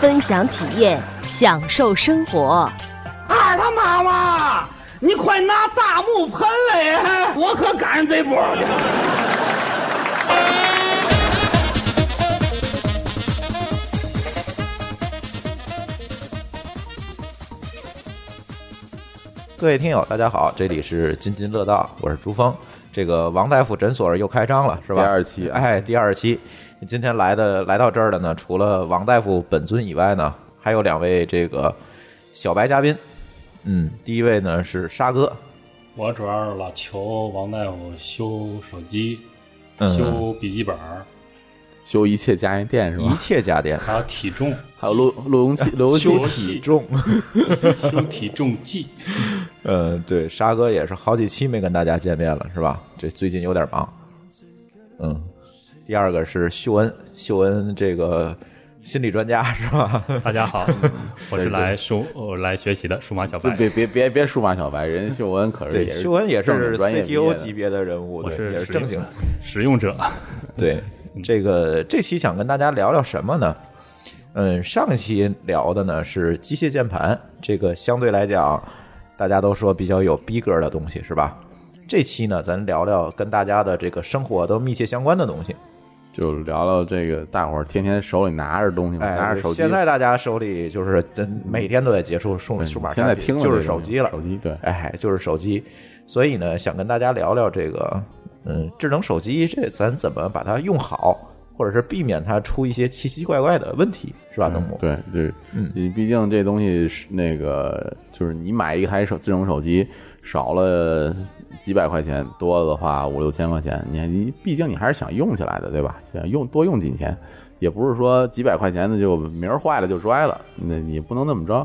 分享体验，享受生活。二他妈妈，你快拿大木盆来，我可赶上这波去了。各位听友，大家好，这里是津津乐道，我是朱峰。这个王大夫诊所又开张了，是吧？第二期哎，第二期。今天来的来到这儿的呢，除了王大夫本尊以外呢，还有两位这个小白嘉宾。嗯，第一位呢是沙哥，我主要是老求王大夫修手机、嗯修笔记本儿，修一切家用电是一吧？切 家电，还有体重，还有录录 音器、路由器修修体 重。修体重计。呃，对，沙哥也是好几期没跟大家见面了，是吧？这最近有点忙。嗯，第二个是秀恩，秀恩这个心理专家是吧？大家好，我是来数我来学习的数码小就白， 别别别别数码小白，人家秀恩可是对也，是秀恩也正是经专业毕业的 CTO 级别的人物，我对，是也是正经。使用者。 对，这个这期想跟大家聊聊什么呢？嗯，上一期聊的呢是机械键盘，这个相对来讲，大家都说比较有逼格的东西，是吧？这期呢，咱聊聊跟大家的这个生活都密切相关的东西。就聊聊这个，大伙儿天天手里拿着东西嘛，哎，嗯拿着手机。现在大家手里就是真每天都在接触数对数码嗯现在产品，听了就这是个手机了。手机对，哎，就是手机。所以呢，想跟大家聊聊这个，嗯，智能手机这咱怎么把它用好，或者是避免它出一些奇奇怪怪的问题，是吧，东木？对对，嗯你毕竟这东西是那个，就是你买一台手智能手机，少了几百块钱，多了的话五六千块钱，你还你毕竟你还是想用起来的，对吧？想用多用几天，也不是说几百块钱的就明儿坏了就摔了，那你不能那么着。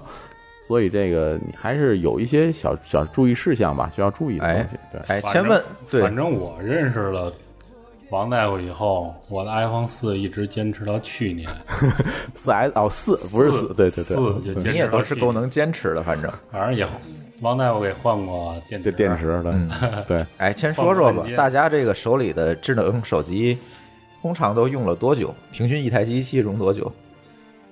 所以这个你还是有一些小小注意事项吧，需要注意的东西。对，哎，反先正问，对，反正我认识了王大夫以后，我的 iPhone 四一直坚持到去年，四 S 哦四不是四，对对四对，就你坚也持都到是去够年，能坚持的，反正。反正也王大夫给换过电这电 池嗯的， 对。哎，先说说放吧不，下大家这个手里的智能手机，通常都用了多久？平均一台机器用多久？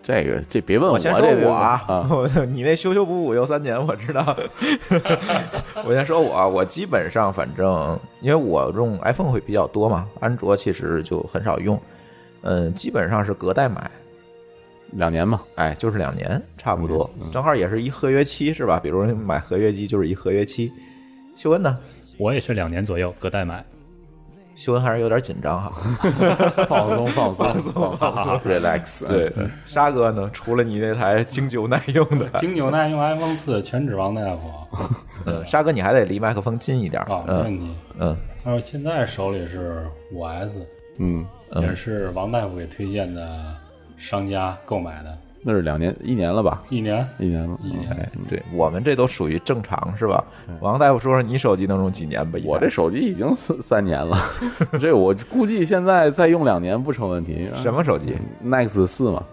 这个这别问 我我先说这个我啊，啊， 我你那修修补补又三年，我知道。 我先说我啊，我基本上反正因为我用 iPhone 会比较多嘛，安卓其实就很少用。嗯，基本上是隔代买，两年嘛，哎，就是两年差不多，嗯正好也是一合约期是吧？比如买合约机就是一合约期。秀恩呢？我也是两年左右隔代买，秀恩还是有点紧张哈。 放松放松放松，relax。对，嗯沙哥呢？除了你那台经久耐用 的，金牛耐用 iPhone 四全指王大夫嗯，沙哥你还得离麦克风近一点。哦啊，没问嗯题。嗯，但是现在手里是五 S，嗯，也是王大夫给推荐的商家购买的，那是两年一年了吧？一年一年了，一嗯年。对我们这都属于正常是吧？王大夫说说你手机能用几年吧？一我台这手机已经三三年 了，这我估计现在再用两年不成问题。呃什么手机？ Nex 四嘛，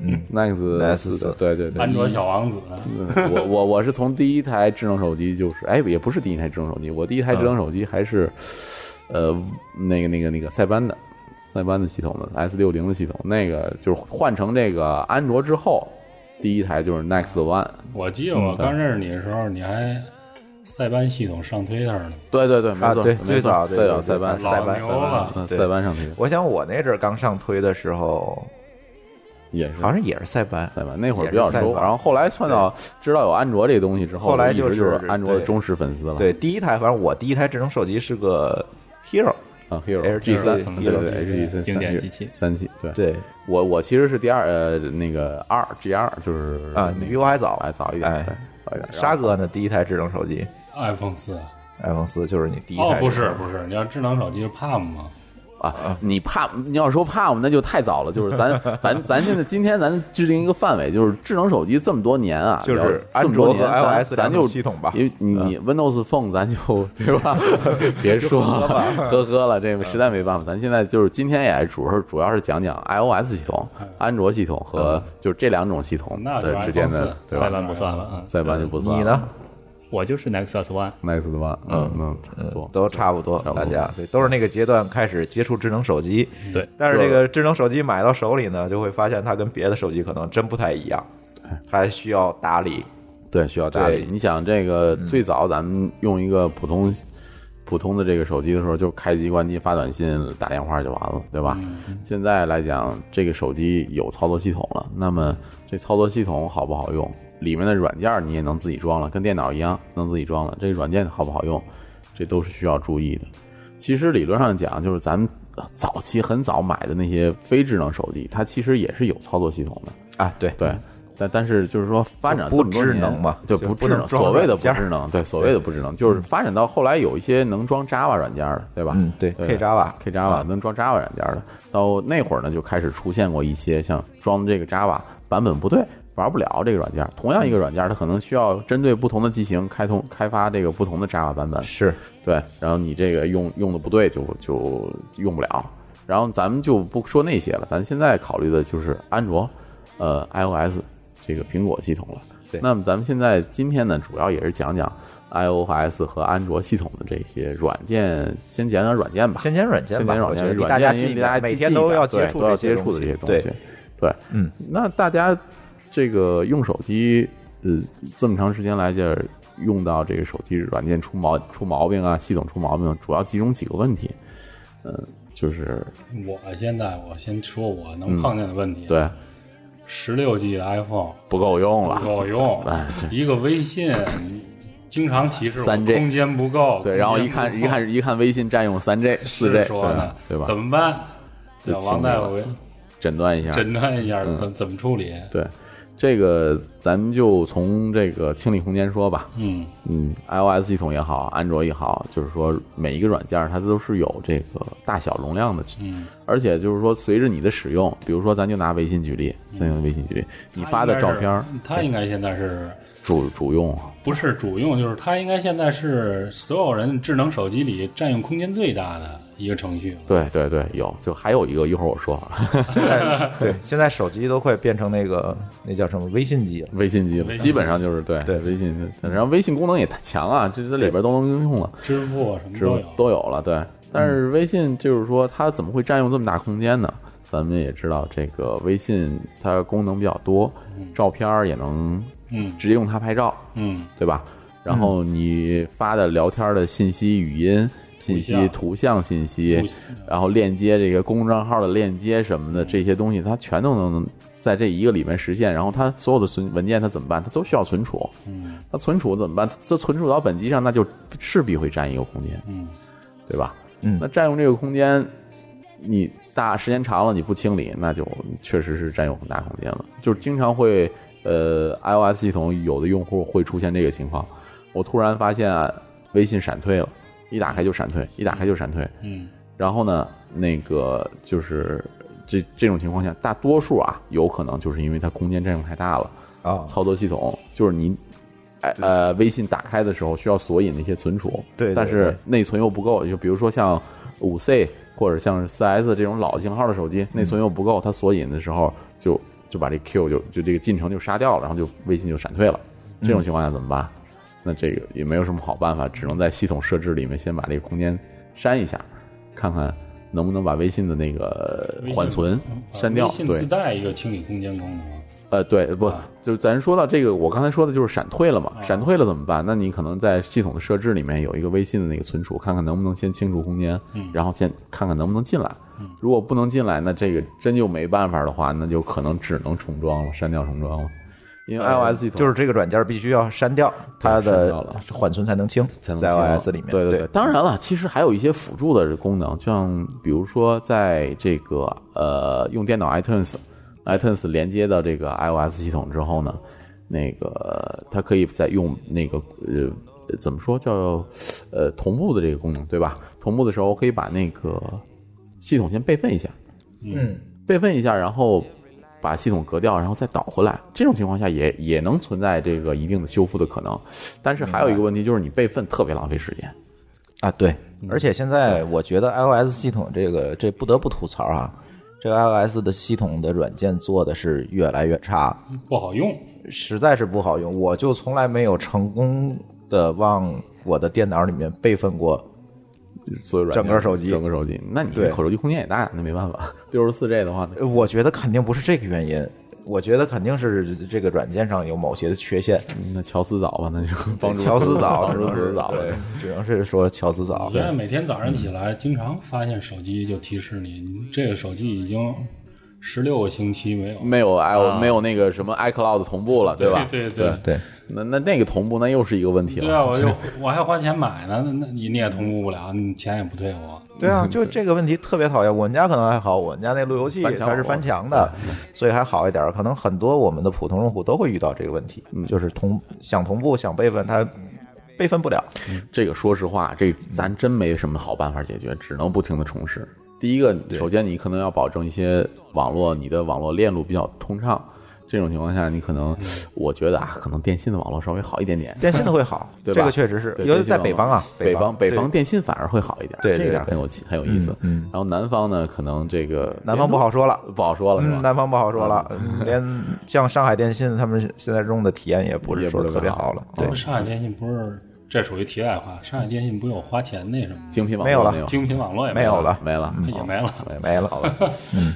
嗯，Nex 4对对对。安卓小王子呢嗯我我我是从第一台智能手机就是，哎，也不是第一台智能手机，我第一台智嗯能手机还是，呃，那个那个那个塞班的，塞班的系统的 S 六零的系统，那个就是换成这个安卓之后，第一台就是 Next One，我记得我刚认识你的时候，你还塞班系统上推特呢，对对对，没啊错，对没错最早对最早对塞班，对塞老班牛了。嗯，对塞班上推的我想我那阵儿刚上推的时候，也是好像也是塞班。嗯塞班，那会儿也比是较塞熟。班然后后来算到知道有安卓这东西之后，后来我一直就就是安卓的对忠实粉丝了。对，第一台，反正我第一台智能手机是个 Hero。啊，Hero HTC G 三，嗯对对对，H T C 经典机器三系，对。对我我其实哎是第二呃那个二 G 二就是那啊，你个比我还早，还早一哎点，对早一点。沙哥呢？第一台智能手机 iPhone 四。啊 iPhone 四就是你第一哦台，，不是不是，你要智能手机是 Palm 吗？啊，你怕你要说怕我们那就太早了，就是 咱咱咱现在今天咱制定一个范围，就是智能手机这么多年啊，就是聊这么多年安卓和咱 iOS 咱两种就系统吧嗯因为你你 Windows Phone 咱就对 吧？别说了，呵呵了，嗯这个实在没办法，咱现在就是今天也主是主要是讲讲 iOS 系统、嗯安卓系统和就是这两种系统那就的 iPhone 之间的四对塞吧？班不算了啊，再班就不算你呢？我就是 Nexus One， ？Next One，嗯嗯，差不多都差不多差，不多大家对都是那个阶段开始接触智能手机，嗯对，但是这个智能手机买到手里呢，就会发现它跟别的手机可能真不太一样，哎它需要打理。对，需要打理对。你想，这个最早咱们用一个普通、普通的这个手机的时候，就开机、关机、发短信、打电话就完了，对吧？现在来讲，这个手机有操作系统了，那么这操作系统好不好用？里面的软件你也能自己装了，跟电脑一样能自己装了。这个软件好不好用，这都是需要注意的。其实理论上讲，就是咱们早期很早买的那些非智能手机，它其实也是有操作系统的。啊，对，对，但但是就是说发展不这么多智年能嘛对，就不不智能能，装所谓的不软件智能，对，所谓的不智能，就是发展到后来有一些能装 Java 软件的，对吧？嗯，对，K Java 啊 K Java 能装 Java 软件的，到那会儿呢就开始出现过一些像装这个 Java 版本不对。玩不了这个软件，同样一个嗯软件，它可能需要针对不同的机型开通开发这个不同的 Java 版本。是对，然后你这个用用的不对就就用不了。然后咱们就不说那些了，咱现在考虑的就是安卓，呃，iOS 这个苹果系统了。对那么咱们现在今天呢，主要也是讲讲 iOS 和安卓系统的这些软件，先讲讲软件吧。先前软件啊先吧，讲我软觉件，得离软大家件因记为大家每记天忆都的要对接触都要这接触的这些些东对西。对，嗯，那大家这个用手机，呃，这么长时间来讲，用到这个手机软件出毛出毛病啊，系统出毛病，主要集中几个问题，嗯、就是我现在我先说我能碰见的问嗯题，，对十六 G iPhone 不够用不了，够用哎这，一个微信经常提示我 3G 空间不够，对，然后一空看间一不够看一看微信占用三 G 四 G，是说对呢，对吧怎？么办？就让王请你大了嗯夫给诊断一下，诊断一下，怎怎么处理？对。这个咱们就从这个清理空间说吧，嗯，嗯，iOS 系统也好，安卓也好，就是说每一个软件儿它都是有这个大小容量的，嗯，而且就是说随着你的使用，比如说咱就拿微信举例，咱用微信举例，你他发应的该照是片儿他嗯应该现在是主主用啊，不是主用？就是他应该现在是所有人智能手机里占用空间最大的一个程序了。对对对，有，就还有一个，一会儿我说 现在对，现在手机都快变成那个那叫什么微信机了。微信机了，微信基本上就是对对微信，然后微信功能也强啊，这这里边都能应用了。支付啊什么是都有，嗯都有了，对。但是微信就是说，它怎么会占用这么大空间呢？咱们也知道，这个微信它功能比较多，照片儿也能嗯直接用它拍照，嗯，对吧？然后你发的聊天的信息、语音信息、图像信息图像，然后链接这个公众账号的链接什么的这些东西，它全都能在这一个里面实现。然后它所有的存文件它怎么办？它都需要存储，嗯，那存储怎么办？这存储到本机上，那就势必会占一个空间，嗯，对吧？嗯那占用这个空间，你大时间长了你不清理，那就嗯确实是占用很大空间了。就是经常会，呃，iOS 系统有的用户会出现这个情况，我突然发现、啊微信闪退了，一打开就闪退，一打开就闪退，嗯，然后呢，那个就是这这种情况下，大多数啊，有可能就是因为它空间占用太大了。啊，操作系统，就是你，哎呃，微信打开的时候需要索引那些存储，对对但是对内存又不够，就比如说像五 C 或者像四 S 这种老型号的手机，内嗯存又不够，它索引的时候就就把这 Q 就就这个进程就杀掉了，然后就微信就闪退了。这嗯种情况下怎么办？那这个也没有什么好办法，只能在系统设置里面先把这个空间删一下，看看能不能把微信的那个微信嗯缓存删掉。微信对自带一个清理空间功能，呃，对，不啊，就是咱说到这个，我刚才说的就是闪退了嘛，啊闪退了怎么办？那你可能在系统的设置里面有一个微信的那个存储，看看能不能先清除空间，嗯然后先看看能不能进来。如果不能进来，那这个真就没办法的话，那就可能只能重装了，删掉重装了，因为 iOS 系统就是这个软件必须要删掉，它删的掉了缓存才能清，才能在清了 iOS 里面。对对对，当然了，其实还有一些辅助的功能，就像比如说在这个呃用电脑 iTunes iTunes 连接到这个 iOS 系统之后呢，那个它可以再用那个呃怎么说叫呃同步的这个功能，对吧？同步的时候我可以把那个系统先备份一下，嗯，备份一下，然后把系统革掉，然后再导回来。这种情况下也也能存在这个一定的修复的可能，但是还有一个问题就是你备份特别浪费时间。啊，对，嗯而且现在我觉得 iOS 系统这个这不得不吐槽啊，这个 iOS 的系统的软件做的是越来越差，嗯不好用。实在是不好用。我就从来没有成功的往我的电脑里面备份过。所有软件整个手机整个手机，那你对口手机空间也大，那没办法。 六十四 G 的话，呃我觉得肯定不是这个原因，我觉得肯定是这个软件上有某些的缺陷。那乔思早吧，那就 帮助乔斯早，帮助死早了对。，只能是说乔斯早我。现在每天早上起来，经常发现手机就提示你，你这个手机已经十六个星期没有没有 i、啊没有那个什么 iCloud 同步了，吧？对对对对对，那那那个同步那又是一个问题了。对啊，我又我还花钱买呢，那那你你也同步不了，你钱也不退我。 对啊，就这个问题特别讨厌。我们家可能还好，我们家那路由器翻墙嗯它是翻墙的，所以还好一点儿。可能很多我们的普通用户都会遇到这个问题，嗯就是同想同步想备份，它备份 不了。 这个说实话，这咱真没什么好办法解决，只能不停的重试。第一个，首先你可能要保证一些网络，你的网络链路比较通畅。这种情况下，你可能，嗯我觉得啊，可能电信的网络稍微好一点点，电信的会好，对吧这个确实是，对尤电其信在网北方啊，北方北北方电信反而会好一点，对这对点对很有很有意思。嗯然后南方呢，可能这个南方不好说了。不好说了，是吧嗯，南方不好说了，嗯连像上海电信他们现在用的体验也不是也不说是特特别别好好哦了，不对过，哦上海电信不是，这属于题外话。上海电信不有花钱那什么，精品网没有了没有精品网络也没有了，嗯没了，嗯也没了。没了好吧，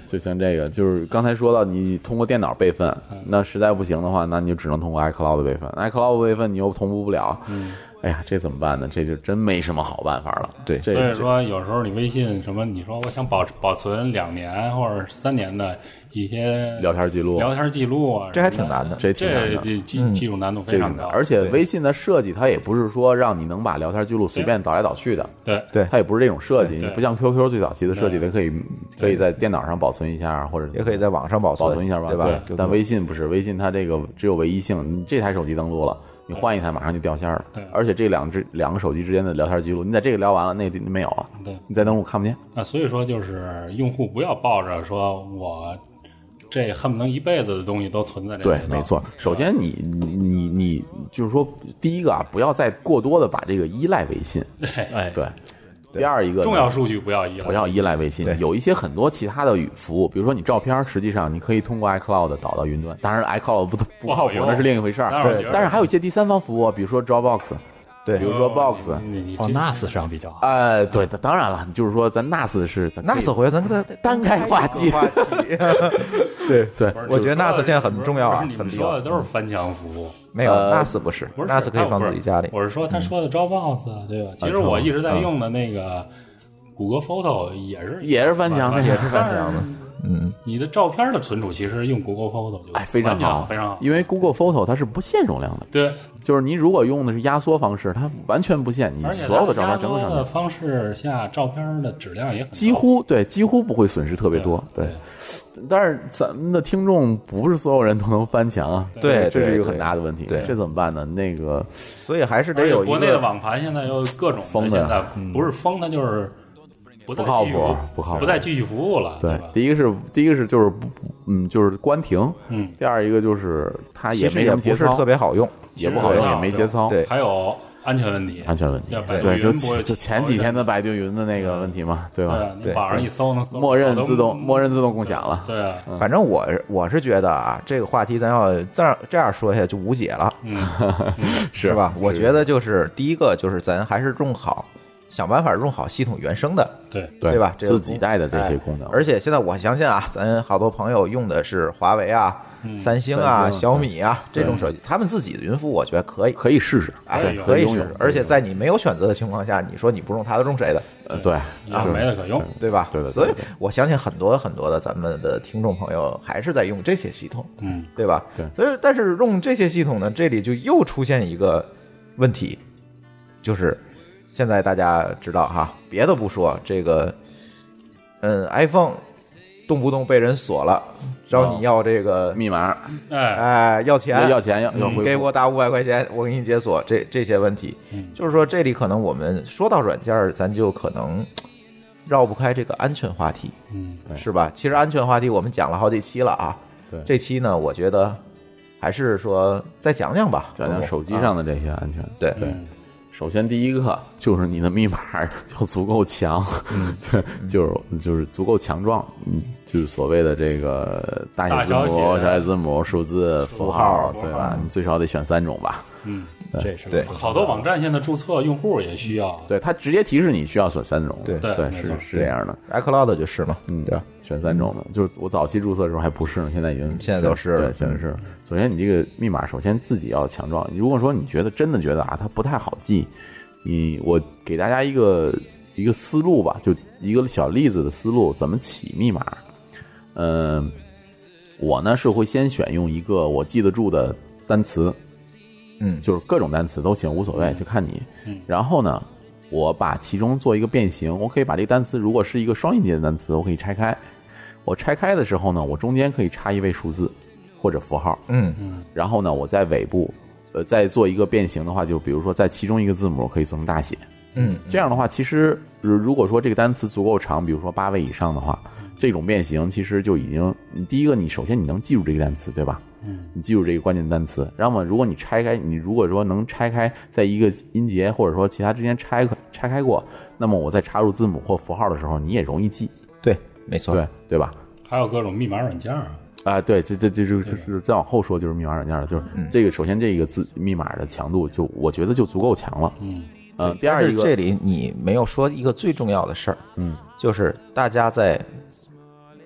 就像这个，就是刚才说到，你通过电脑备份，嗯那实在不行的话，那你就只能通过 iCloud 备份，iCloud 备份你又同步不了，嗯哎呀，这怎么办呢？这就真没什么好办法了。对这所以说，有时候你微信什么，你说我想保保存两年或者三年的一些这聊天记录，聊天记录 啊，这还挺难的。这挺难这的。嗯这技技术难度这非个常呢高，而且对微信的设计，它也不是说让你能把聊天记录随便导来导去的，对对它也不是这种设计，对你不像 QQ 最早期的设计，它对可以可以在电脑上保存一下，啊或者也可以在网上保存保存一下吧，对吧？但微信不是，微信它这个只有唯一性，你这台手机登录了，你换一台马上就掉线了对。而且这两只两个手机之间的聊天记录，你在这个聊完了，那个没有了，对。你再登录看不见。那所以说，就是用户不要抱着说我这恨不能一辈子的东西都存在这对里，头没错。首先你你你你就是说，第一个啊，不要再过多的把这个依赖微信。哎，对，第二一个呢重要数据不要依赖，不要依赖微信对，有一些很多其他的服务，比如说你照片儿，实际上你可以通过 iCloud 导到云端。当然，iCloud 不不靠谱不，好用那是另一回事儿当。然我觉得但是还有一些第三方服务，比如说 Dropbox，对比如说 Box，哎你你往这 NAS 上比较好。呃，对，当然了，就是说咱 NAS 是咱可以 NAS 回咱咱单开话题， 对对不是我觉得你说 NAS 的现在很重要啊不是你很们重说要的。都是翻墙服务，嗯没有呃 NAS 不是不是，NAS 可以他放不自是己家里。嗯我是说他说的 Dropbox，对吧？啊其实我一直在用的那个谷歌 Photo 也是也是翻墙的也是翻墙的。嗯，你的照片的存储其实用谷歌 Photo 就 哎，非常完全好，好，非常好。因为 Google Photo 它是不限容量的，对，就是你如果用的是压缩方式，它完全不限，你而且所有的照它压片整缩个上的面。方式下，照片的质量也很高几乎对，几乎不会损失特别多，对。但是咱们的听众不是所有人都能翻墙啊，对这是一对个很大的问题，对这怎么办呢？那个所以还是得而且有一国内的个网盘现在又各种的疯的嗯现在不是封，它就是不再不靠继续谱服不靠谱不再继续服务了，对吧，？第一个是第一个是就是不嗯就是关停，嗯，第二一个就是它其也实没也什不么节是操特，别好用。也不好用，其实也没节操，对还有安全问题，安全问题要，百度对，就云不会就前几天的百度云的那个问题嘛，对对吧啊？，你对网上一搜能搜，默认自动都默认自嗯动共享了，对啊，反正我是我是觉得啊，这个话题咱要这样这样说一下就无解了，嗯 是吧？我觉得就是第一个就是咱还是用好，想办法用好系统原生的，对，对吧这个哎自己带的这些功能，而且现在我相信啊，咱好多朋友用的是华为啊、嗯三星啊、三星小米啊对这种手机，他们自己的云服务我觉得可以，可以试试，哎对，可可以拥有试试。而且在你没有选择的情况下，你说你不用它，用谁的，呃对，也啊是是没得可用。对吧？对的对的所以对的我相信很多很多的咱们的听众朋友还是在用这些系统，嗯，对吧？对所以，但是用这些系统呢，这里就又出现一个问题，就是现在大家知道哈，别的不说，这个嗯，iPhone 动不动被人锁了，找你要这个，哦密码哎，哎，要钱，要钱要要你回嗯给复我打五百块钱，我给你解锁这这些问题。嗯就是说，这里可能我们说到软件儿，咱就可能绕不开这个安全话题，嗯，对是吧？其实安全话题我们讲了好几期了啊，对，这期呢，我觉得还是说再讲讲吧，讲讲手机啊上的这些安全。对对，首先第一个就是你的密码 要足够强，对， 就是就是足够强壮，嗯，就是所谓的这个大大写字小母、写小写字母、数字、符号对吧？你最少得选三种吧。嗯，这是对好多网站现在注册用户也需要，对，它直接提示你需要选三种。对对没对，是错是这样的。 iCloud 就是嘛，嗯，对吧？，选三种的，就是我早期注册的时候还不是呢，现在已经现在都是了嗯对，现在是。首先，你这个密码首先自己要强壮。如果说你觉得真的觉得啊，它不太好记，你我给大家一个一个思路吧，就一个小例子的思路，怎么起密码？嗯、我呢是会先选用一个我记得住的单词，嗯，就是各种单词都行，无所谓，就看你。嗯然后呢，我把其中做一个变形，我可以把这个单词，如果是一个双音节的单词，我可以拆开。我拆开的时候呢，我中间可以插一位数字或者符号，嗯然后呢，我在尾部，呃，再做一个变形的话，就比如说在其中一个字母可以做成大写。嗯，这样的话，其实如如果说这个单词足够长，比如说八位以上的话，这种变形其实就已经，你第一个你首先你能记住这个单词，对吧？嗯，你记住这个关键单词。然后嘛，如果你拆开，你如果说能拆开，在一个音节或者说其他之间拆开拆开过，那么我在插入字母或符号的时候，你也容易记，对，没错，嗯对对吧？还有各种密码软件儿，啊，对，这这这就是就是再往后说就是密码软件了，就是嗯这个首先这个字密码的强度就我觉得就足够强了，嗯，呃，第二一但是这个里你没有说一个最重要的事儿，嗯，就是大家在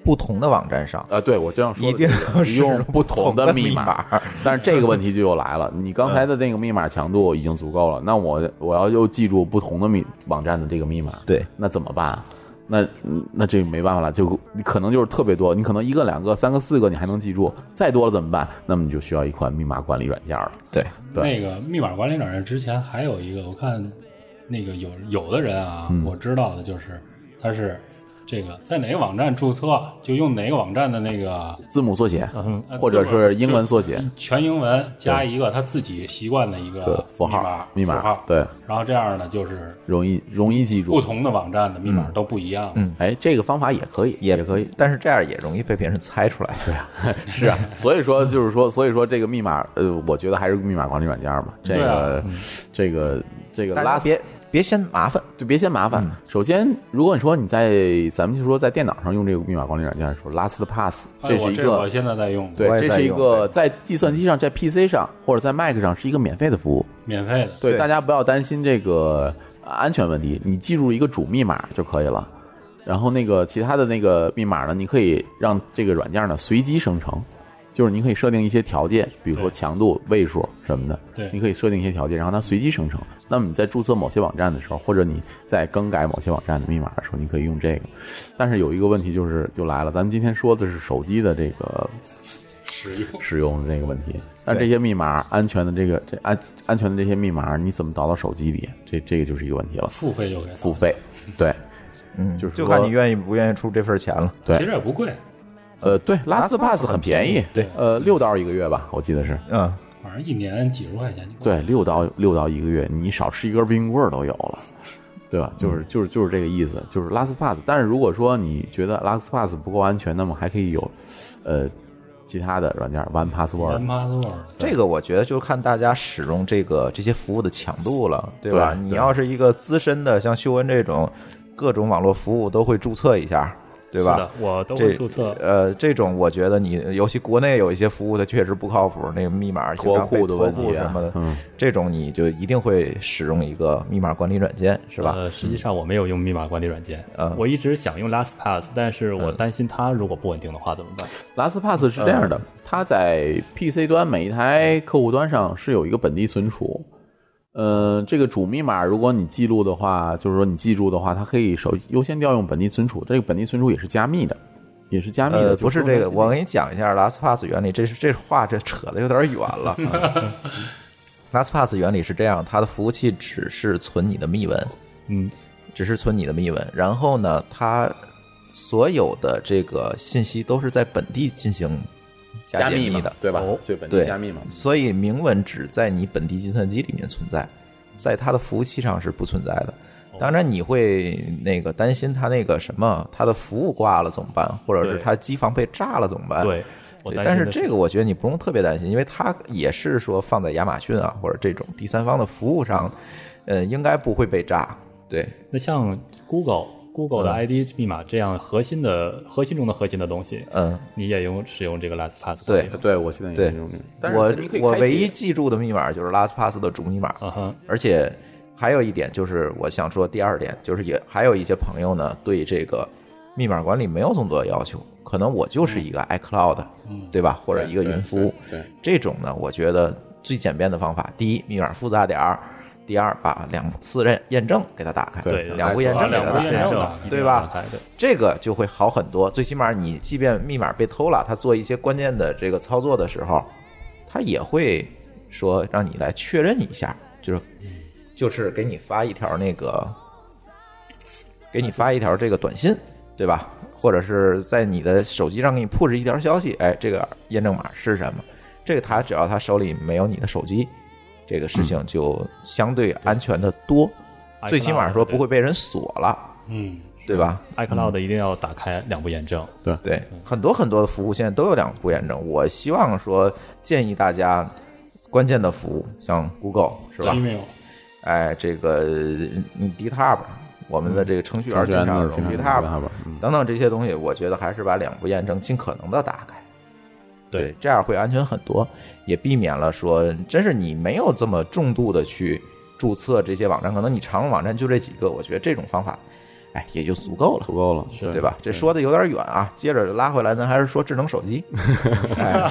不同的网站上啊，对我这样说一的就定是要使用不同同的密密码，但是这个问题就又来了，你刚才的那个密码强度已经足够了，那我我要又记住不同的密网站的这个密码，对，那怎么办？那嗯那这没办法了，就你可能就是特别多，你可能一个、两个、三个、四个你还能记住，再多了怎么办？那么你就需要一款密码管理软件了。对，对那个密码管理软件之前还有一个，我看那个有有的人啊，嗯我知道的就是他是这个在哪个网站注册就用哪个网站的那个字母缩写，嗯，呃或者是英文缩写字母全英文加一个他自己习惯的一对个符密号、密码，符号，对，然后这样呢就是容易容易记不住。同的网站的密码都不一样，嗯哎，这个方法也可以，也可以。但是这样也容易被别人猜出来。对啊，是啊，所以说就是说，所以说这个密码，呃，我觉得还是密码管理软件吧。这对个啊，这个，这个大拉家别别嫌麻烦，就别嫌麻嗯烦。首先，如果你说你在咱们就说在电脑上用这个密码管理软件的时候，LastPass 哎是我一这个我现在在用，对我也，在这是一用个在计算机上、在 PC 上或者在 Mac 上是一个免费的服务。免费的，对，对大家不要担心这个呃安全问题，你记住一个主密码就可以了。然后那个其他的那个密码呢，你可以让这个软件呢随机生成，就是你可以设定一些条件，比如说对强度、位数什么的。对你可以设定一些条件，然后它随机生成。那么你在注册某些网站的时候，或者你在更改某些网站的密码的时候，你可以用这个。但是有一个问题就是，就来了，咱们今天说的是手机的这个使用使用这个问题。但对这些密码安全的这个这安安全的这些密码，你怎么导到手机里？这这个就是一个问题了。付费就给付，费，对嗯，就是就说看你愿意不愿意出这份钱了。对其实也不贵，呃，对，LastPass LastPass 很便宜，对呃，六刀一个月吧，我记得是。嗯，反正一年几十块钱就够对，六刀六刀一个月，你少吃一根冰棍儿都有了，对吧？就是就是就是这个意思，就是 LastPass。但是如果说你觉得 LastPass 不够安全，那么还可以有，呃，其他的软件 One ，one Password。 password，这个我觉得就是看大家使用这个这些服务的强度了，对吧？对你要是一个资深的，像秀恩这种，各种网络服务都会注册一下，对对吧？？我都这会注册，呃，这种我觉得你，尤其国内有一些服务的确实不靠谱，那个密码经常被脱裤的脱问库题啊什 么的，嗯这种你就一定会使用一个密码管理软件，是吧？呃，实际上我没有用密码管理软件嗯，我一直想用 LastPass，但是我担心它如果不稳定的话怎么办？ LastPass 是这样的，它在 PC 端每一台客户端上是有一个本地存储。呃，这个主密码如果你记录的话，就是说你记住的话，它可以首优先调用本地存储。这个本地存储也是加密的，也是加密的。呃，就不是说这个，它我给你讲一下 LastPass 原理。这是这话这扯的有点远 了。LastPass 原理是这样，它的服务器只是存你的密文，嗯，只是存你的密文，然后呢，它所有的这个信息都是在本地进行加解密嘛的，对吧哦？对本地对加密嘛。所以明文只在你本地计算机里面存在，在它的服务器上是不存在的。哦当然你会那个担心它那个什么，它的服务挂了怎么办，或者是对它机房被炸了怎么办？对，我担心但是的这个我觉得你不用特别担心，因为它也是说放在亚马逊啊或者这种第三方的服务上，呃，应该不会被炸。对，那像 Google 嗯 Google 的 ID 密码这样核心的核心中的核心的东西，嗯，你也用使用这个 LastPass 对可以吧对我现在也对是用这个，但是我你可以我开启唯一记住的密码就是 LastPass 的主密码，啊哈，而且还有一点就是我想说第二点，就是也还有一些朋友呢对这个密码管理没有这么多要求，可能我就是一个 iCloud，、对吧？或者一个云服务，嗯对，这种呢，我觉得最简便的方法，第一，密码复杂点儿。第二，把两次认验证给它打开，对对两步验把证把给哎两它步打验开，证证吧啊吧，对吧？这个就会好很多。最起码你即便密码被偷了，他做一些关键的这个操作的时候，他也会说让你来确认一下，就是就是给你发一条那个，给你发一条这个短信，对吧？或者是在你的手机上给你 push 一条消息，哎，这个验证码是什么？这个他只要他手里没有你的手机，这个事情就相对安全的多，最起码说不会被人锁了，嗯，对吧？ iCloud 一定要打开两步验证，对，很多很多的服务现在都有两步验证。我希望说建议大家，关键的服务像 Google 是吧？ ，Gmail 哎，这个嗯 GitHub，我们的这个程序员经常用经常用 GitHub GitHub，嗯等等这些东西，我觉得还是把两步验证尽可能的打开。对，这样会安全很多，也避免了说，真是你没有这么重度的去注册这些网站，可能你常用网站就这几个，我觉得这种方法，哎，也就足够了足。够了，对吧？嗯这说的有点远啊，接着拉回来，咱还是说智能手机。嗯哎，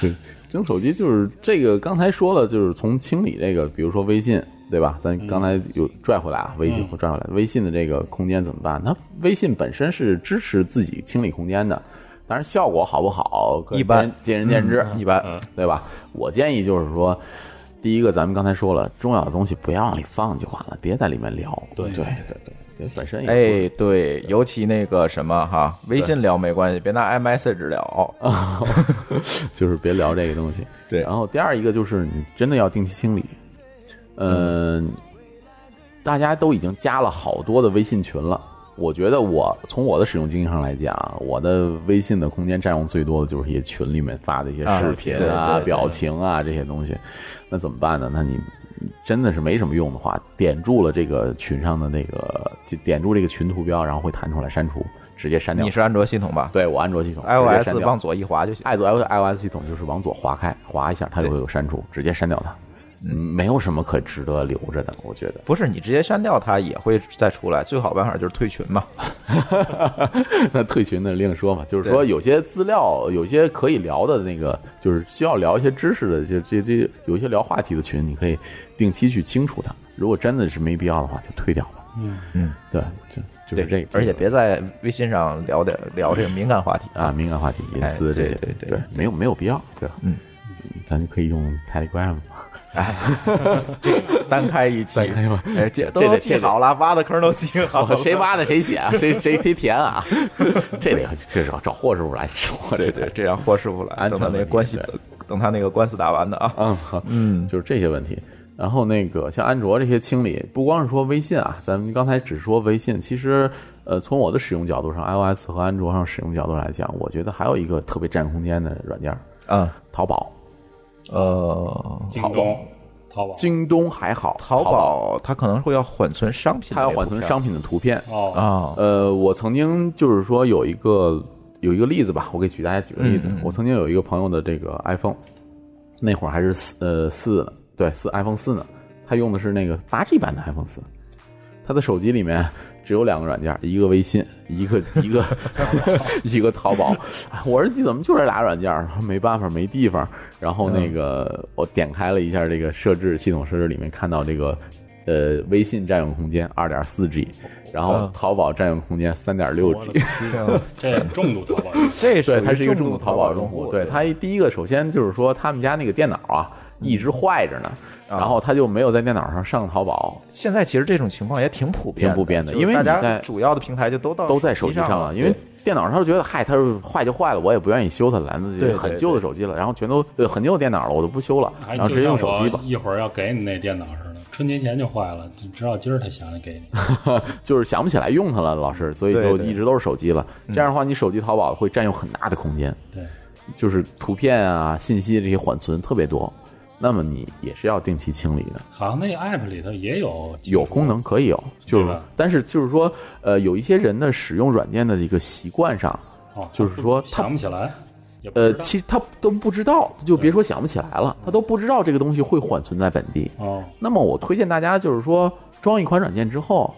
智能手机就是这个，刚才说了，就是从清理这个，比如说微信，对吧？咱刚才有拽回来啊，微信嗯我拽回来，微信的这个空间怎么办？它微信本身是支持自己清理空间的，但是效果好不好，各一般见仁见智，一般对吧？我建议就是说，第一个咱们刚才说了，重要的东西不要往里放就完了，别在里面聊。对对对对，本身也不哎，对，尤其那个什么哈，微信聊没关系，别拿 iMessage 聊。啊，就是别聊这个东西。对然后第二一个就是你真的要定期清理。嗯、大家都已经加了好多的微信群了，我觉得我从我的使用经验上来讲，啊我的微信的空间占用最多的就是一些群里面发的一些啊视频对啊、对对表情啊这些东西，那怎么办呢？那你。真的是没什么用的话，点住了这个群上的那个，点住这个群图标，然后会弹出来删除，直接删掉。你是安卓系统吧对我安卓系统直接？iOS 删掉往左一滑就行。爱做 iOS 系统就是往左滑开，滑一下它就会有删除，直接删掉它，嗯没有什么可值得留着的，我觉得。 不是，你直接删掉它也会再出来。最好办法就是退群嘛。啊那退群的另说嘛，就是说对有些资料，有些可以聊的那个，就是需要聊一些知识的，就这这有一些聊话题的群，你可以定期去清除它。如果真的是没必要的话，就退掉吧。嗯嗯，对，就就对是这个，，而且别在微信上聊点聊这个敏感话题啊，敏感话题、隐哎私这对些，对对没有没有必要，对吧？嗯，咱就可以用 Telegram 嘛。单开一期单开吧，哎，这这都得记好了，挖的坑都记好 哦了。谁挖的谁写啊，谁谁谁填 啊，这得这找找霍师傅来说。对对，这样霍师傅来，安全等他问那个题关系对，等他那个官司打完的啊。嗯好，嗯，就是这些问题。然后那个像安卓这些清理，不光是说微信啊，咱们刚才只说微信，其实呃，从我的使用角度上，iOS 和安卓上使用角度来讲，我觉得还有一个特别占空间的软件儿，嗯，淘宝、呃，京东、淘宝，京东还好，淘宝宝它可能会要缓存商品，它要缓存商品的图片，哦，啊，呃，我曾经就是说有一个有一个例子吧，我给举大家举个例子。我曾经有一个朋友的这个 iPhone，那会儿还是四呃四呢，对四 iPhone 四呢，他用的是那个八 G 版的 iPhone 四，他的手机里面只有两个软件，一个微信，一个一个一个淘宝。哎我说你怎么就这俩软件？他说没办法，没地方。然后那个我点开了一下这个设置系统设置里面，看到这个呃微信占用空间二点四 G，然后淘宝占用空间三点六 G。哦这重度淘宝啊用户，这对，他是一个重重度淘宝用户。对他第一个，首先就是说他们家那个电脑啊一直坏着呢，然后他就没有在电脑上上淘宝，现在其实这种情况也挺普遍，挺普遍的就是因为大你家在主要的平台就都到都在手机上上了，因为电脑上他就觉得嗨，它是坏就坏了，我也不愿意修它，篮子对对很旧的手机了，然后全都呃很旧的电脑了，我就不修了，还然后直接用手机吧就像我。一会儿要给你那电脑似的，春节前就坏了，就直到今儿才想起给 你。就是想不起来用它了，老师，所以就对对一直都是手机了。这样的话，你手机淘宝会占用很大的空间，对，就是图片啊、信息这些缓存特别多，那么你也是要定期清理的。好像那个 app 里头也有有功能可以有，就是对吧但是就是说，呃，有一些人的使用软件的一个习惯上，哦，就是说它想不起来，也不呃知，道嗯其实他都不知道，就别说想不起来了，他都不知道这个东西会缓存在本地。哦，那么我推荐大家就是说，装一款软件之后，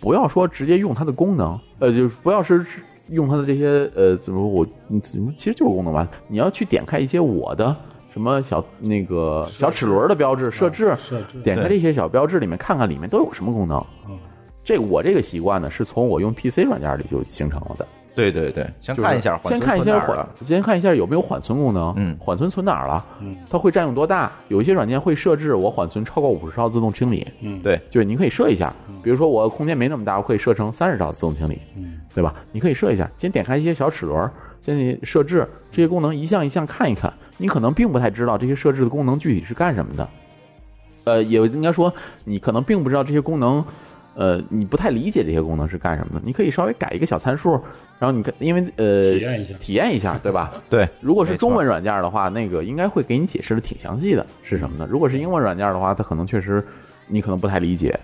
不要说直接用它的功能，呃，就是不要是用它的这些呃，怎么说我嗯怎么其实就是功能吧，你要去点开一些我的。什么小那个小齿轮的标志设置，设置点开这些小标志里面看看里面都有什么功能。嗯这我这个习惯呢，是从我用 PC 软件里就形成了的。对对对，先就是看一下，先看一下缓了，，先看一下有没有缓存功能，嗯缓存存哪儿了，嗯它会占用多大？有一些软件会设置我缓存超过五十兆自动清理，嗯，对，就是你可以设一下，比如说我空间没那么大，我可以设成三十兆自动清理，嗯，对吧？你可以设一下，先点开一些小齿轮，先去设置这些功能，一项一项看一看。你可能并不太知道这些设置的功能具体是干什么的，呃，也应该说你可能并不知道这些功能，呃，你不太理解这些功能是干什么的。你可以稍微改一个小参数，然后你跟因为呃体验一下体验一下，对吧？对，如果是没错中文软件的话，那个应该会给你解释的挺详细的，是什么呢？如果是英文软件的话，它可能确实你可能不太理解，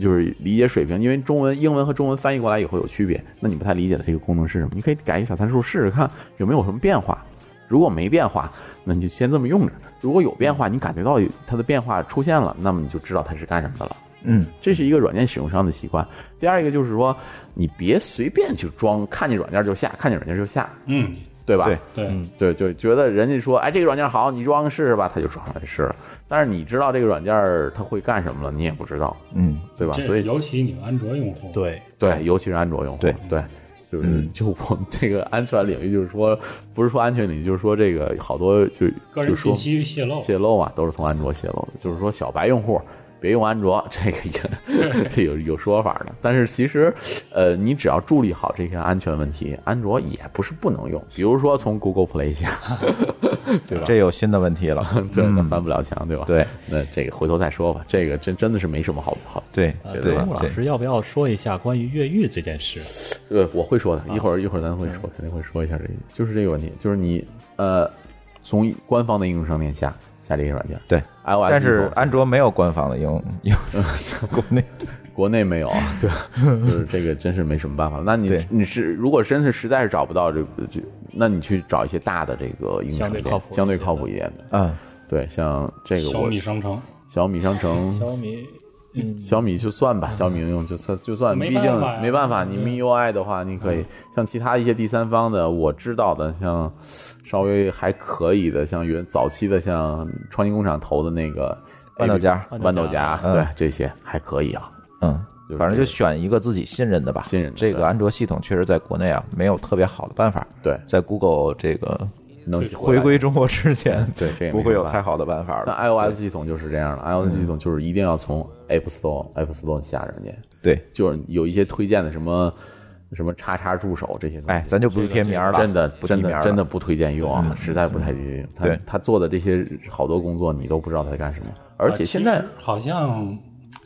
就是理解水平，因为中文、英文和中文翻译过来以后有区别，那你不太理解的这个功能是什么？你可以改一小参数试试看有没有什么变化。如果没变化，那你就先这么用着；如果有变化，你感觉到有它的变化出现了，那么你就知道它是干什么的了。嗯，这是一个软件使用上的习惯。第二一个就是说，你别随便去装，看见软件就下，看见软件就下，嗯，对吧？嗯对对，对，就觉得人家说，哎，这个软件好，你装试试吧，他就装上来试了。但是你知道这个软件儿它会干什么了，你也不知道，嗯，对吧？这所以尤其你们安卓用户，对，对，尤其是安卓用户，对对，就是、嗯 就我们这个安全领域，就是说不是说安全领域，就是说这个好多就就个人说信息泄露，泄露啊，都是从安卓泄露的。就是说小白用户别用安卓，这个也 这有有说法的。但是其实，呃，你只要处理好这些安全问题，安卓也不是不能用。比如说从 Google Play 下，对吧？这有新的问 题了，对，那嗯翻不了墙，对吧？，对那这个回头再说吧。这个真真的是没什么好好。对呃，对对，穆老对，师要不要说一下关于越狱这件事？呃，我会说的，一会儿一会儿咱会说，嗯肯定会说一下这个，就是这个问题，就是你呃，从官方的应用商店下下这些软件，对。 iOS，但是系统哎安卓没有官方的应用， 应用国内国内没有啊，对， 就是这个真是没什么办法。那你对你是如果真是实在是找不到这个，就那你去找一些大的这个应用商相对店靠谱，一相对些靠的谱一点的，啊，对，像这个小我米商城小米商城。 小米，嗯，小米就算吧，小米应用就算就算，没毕办法呀竟没办法，你 MIUI 的话，你可以像其他一些第三方的，我知道的，像稍微还可以的，像原早期的，像创新工厂投的那个豌豆荚，豌豆荚，嗯对这些还可以啊。嗯就是，反这正就个选一个自己信任的吧。信任的这对个安卓系统确实在国内啊没有特别好的办法，对，在 Google 这个能回归中国之前，嗯对这也没不会有办法太好的嗯办法那了。 iOS 系统就是这样了，iOS 系统就是一定要从 App Store、App Store 下软件，对，就是有一些推荐的什么什么叉叉助手这些东西。哎，咱就不贴名了，真的不提真名的了，嗯真的不推荐用啊，实在不太推荐用。他对他做的这些好多工作，你都不知道他在干什么。而且现在啊其实好像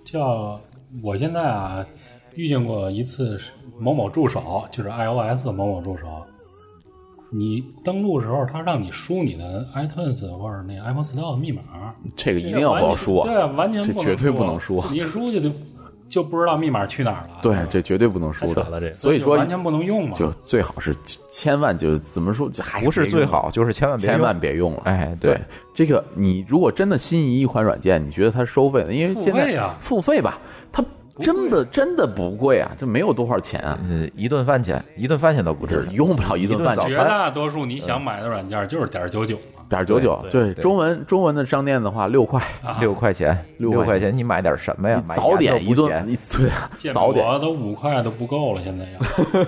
叫我现在啊，遇见过一次是某某助手，就是 iOS 的某某助手，你登录的时候，他让你输你的 iTunes 或者那 Apple Store 的密码，这个一定要不要说啊对，啊完全这不能绝对输不能输你输去就就不知道密码去哪儿了，对，这绝对不能太输扯了这的。个所以就说完，全不能用嘛，就最好是千万就怎么说，就还哎不是别用最，好，就是千万别哎用千万别用了。哎，对，这个你如果真的心仪一款软件，你觉得它收费的，因为付现在费啊付费吧，它真的真的不贵啊，这没有多少钱啊，呃，一顿饭钱，一顿饭钱都不这值，用不了一顿饭一顿早钱餐绝大多数你想买的软件就是点九九嘛，点九九，对对中文中文的商店的话，六块，六块钱，啊六六块块钱，你买点什么呀？买早牙点都一不顿，咸，你对啊， 建早点国都五块都不够了，现在要。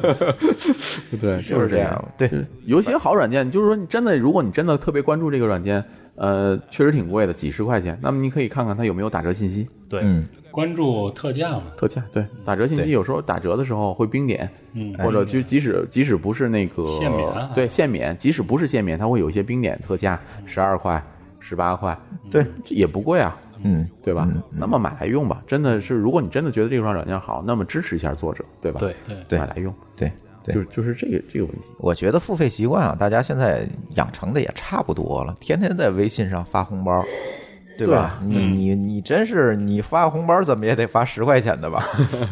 对，就就是是这这样。对，有些好软件，就是说你真的，如果你真的特别关注这个软件，呃，确实挺贵的，几十块钱，那么你可以看看它有没有打折信息、对，嗯，关注特价嘛，特价。对，打折信息对哎有时候打折的时候会冰点，嗯，或者就即使即使不是那个限免啊对限免，即使不是限免，它会有一些冰点特价，十二块、十八块，嗯对，这也不贵啊。嗯，对吧？嗯那么买来用吧，真的是，如果你真的觉得这款软件好，那么支持一下作者，对吧？对，对，对买来用，对对就就是这个这个问题。我觉得付费习惯啊，大家现在养成的也差不多了，天天在微信上发红包，对吧？你你你真是你发红包怎么也得发十块钱的 吧？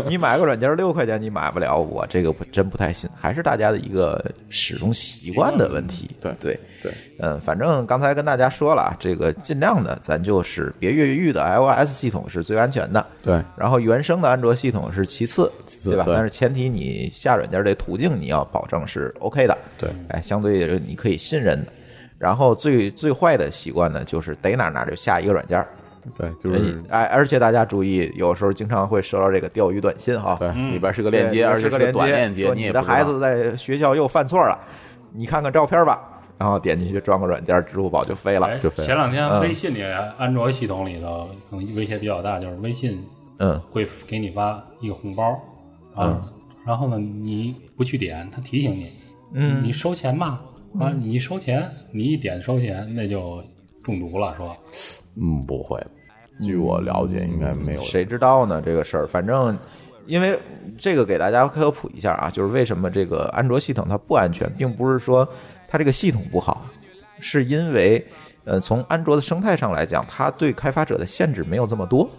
你买个软件六块钱你买不了，我这个不真不太信，还是大家的一个使用习惯的问题。对对对，嗯，反正刚才跟大家说了啊，这个尽量的咱就是别越狱的 iOS 系统是最安全的。对，然后原生的安卓系统是其次，次对吧？对但是前提你下软件这途径你要保证是 OK 的，对，哎，相对你可以信任的。然后最最坏的习惯呢，就是逮哪儿哪儿就下一个软件儿，对，就是哎，而且大家注意，有时候经常会收到这个钓鱼短信哈，对，里边是个对，链接，而且是个是链短链接，接，说你也的不知道孩子在学校又犯错了，你看看照片吧，然后点进去装个软件，支付宝就飞了哎，就飞了前两天嗯微信里，安卓系统里头可能威胁比较大，就是微信嗯，会给你发一个红包，啊，然后呢，你不去点，他提醒你，嗯，你收钱吧，啊，你收钱，你一点收钱，那就中毒了，说，嗯，不会。据我了解，应该没有。谁知道呢？这个事儿，反正因为这个给大家科普一下啊，就是为什么这个安卓系统它不安全，并不是说它这个系统不好，是因为呃，从安卓的生态上来讲，它对开发者的限制没有这么多。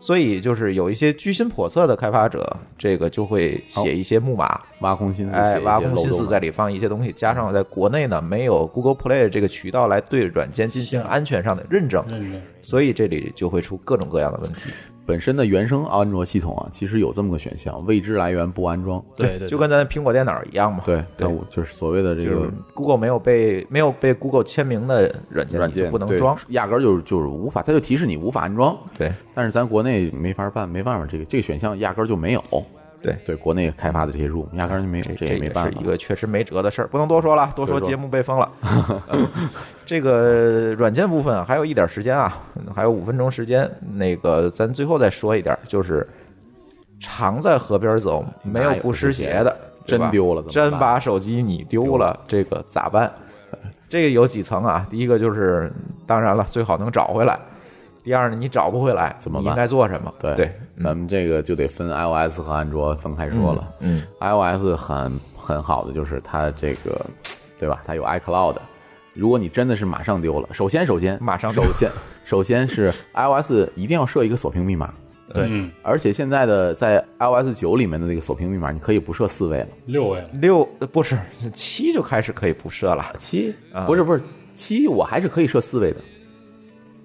所以就是有一些居心叵测的开发者，这个就会写一些木马，挖空心思嗯写一哎，些挖空漏心思洞啊在里放一些东西，加上在国内呢没有 Google Play 这个渠道来对软件进行啊是安全上的认证，认真，所以这里就会出各种各样的问题。本身的原生安卓系统啊，其实有这么个选项：未知来源不安装。对对，就跟咱苹果电脑一样嘛。对，对但，我就是所谓的这就个是 Google 没有被没有被 Google 签名的软件，软你就件不能对装。压根儿就是就是无法，它就提示你无法安装。对但是咱国内没法办，没办法，这个这个选项压根儿就没有。对对，国内开发的这些 ROM 压根儿就没有，这也个没办是法一。个确实没辙的事儿，不能多说了，多说多说节目被封了。嗯这个软件部分啊还有一点时间啊，嗯还有五分钟时间，那个咱最后再说一点，就是常在河边走，没有不湿鞋哪有的，不湿鞋对吧真丢了怎么办真把手机你丢了，这个咋办？ 这个有几层啊？第一个就是，当然了，最好能找回来。第二呢，你找不回来，怎么办你应该做什么？对对，嗯咱们这个就得分 iOS 和安卓分开说了。嗯 iOS 很很好的就是它这个，对吧？它有 iCloud。如果你真的是马上丢了，首先首先马上首先首先是 iOS 一定要设一个锁屏密码，嗯，而且现在的在 iOS 九里面的这个锁屏密码，你可以不设四位了，六位嗯了，六呃不是七就开始可以不设了。七啊不是不是七，我还是可以设四位的。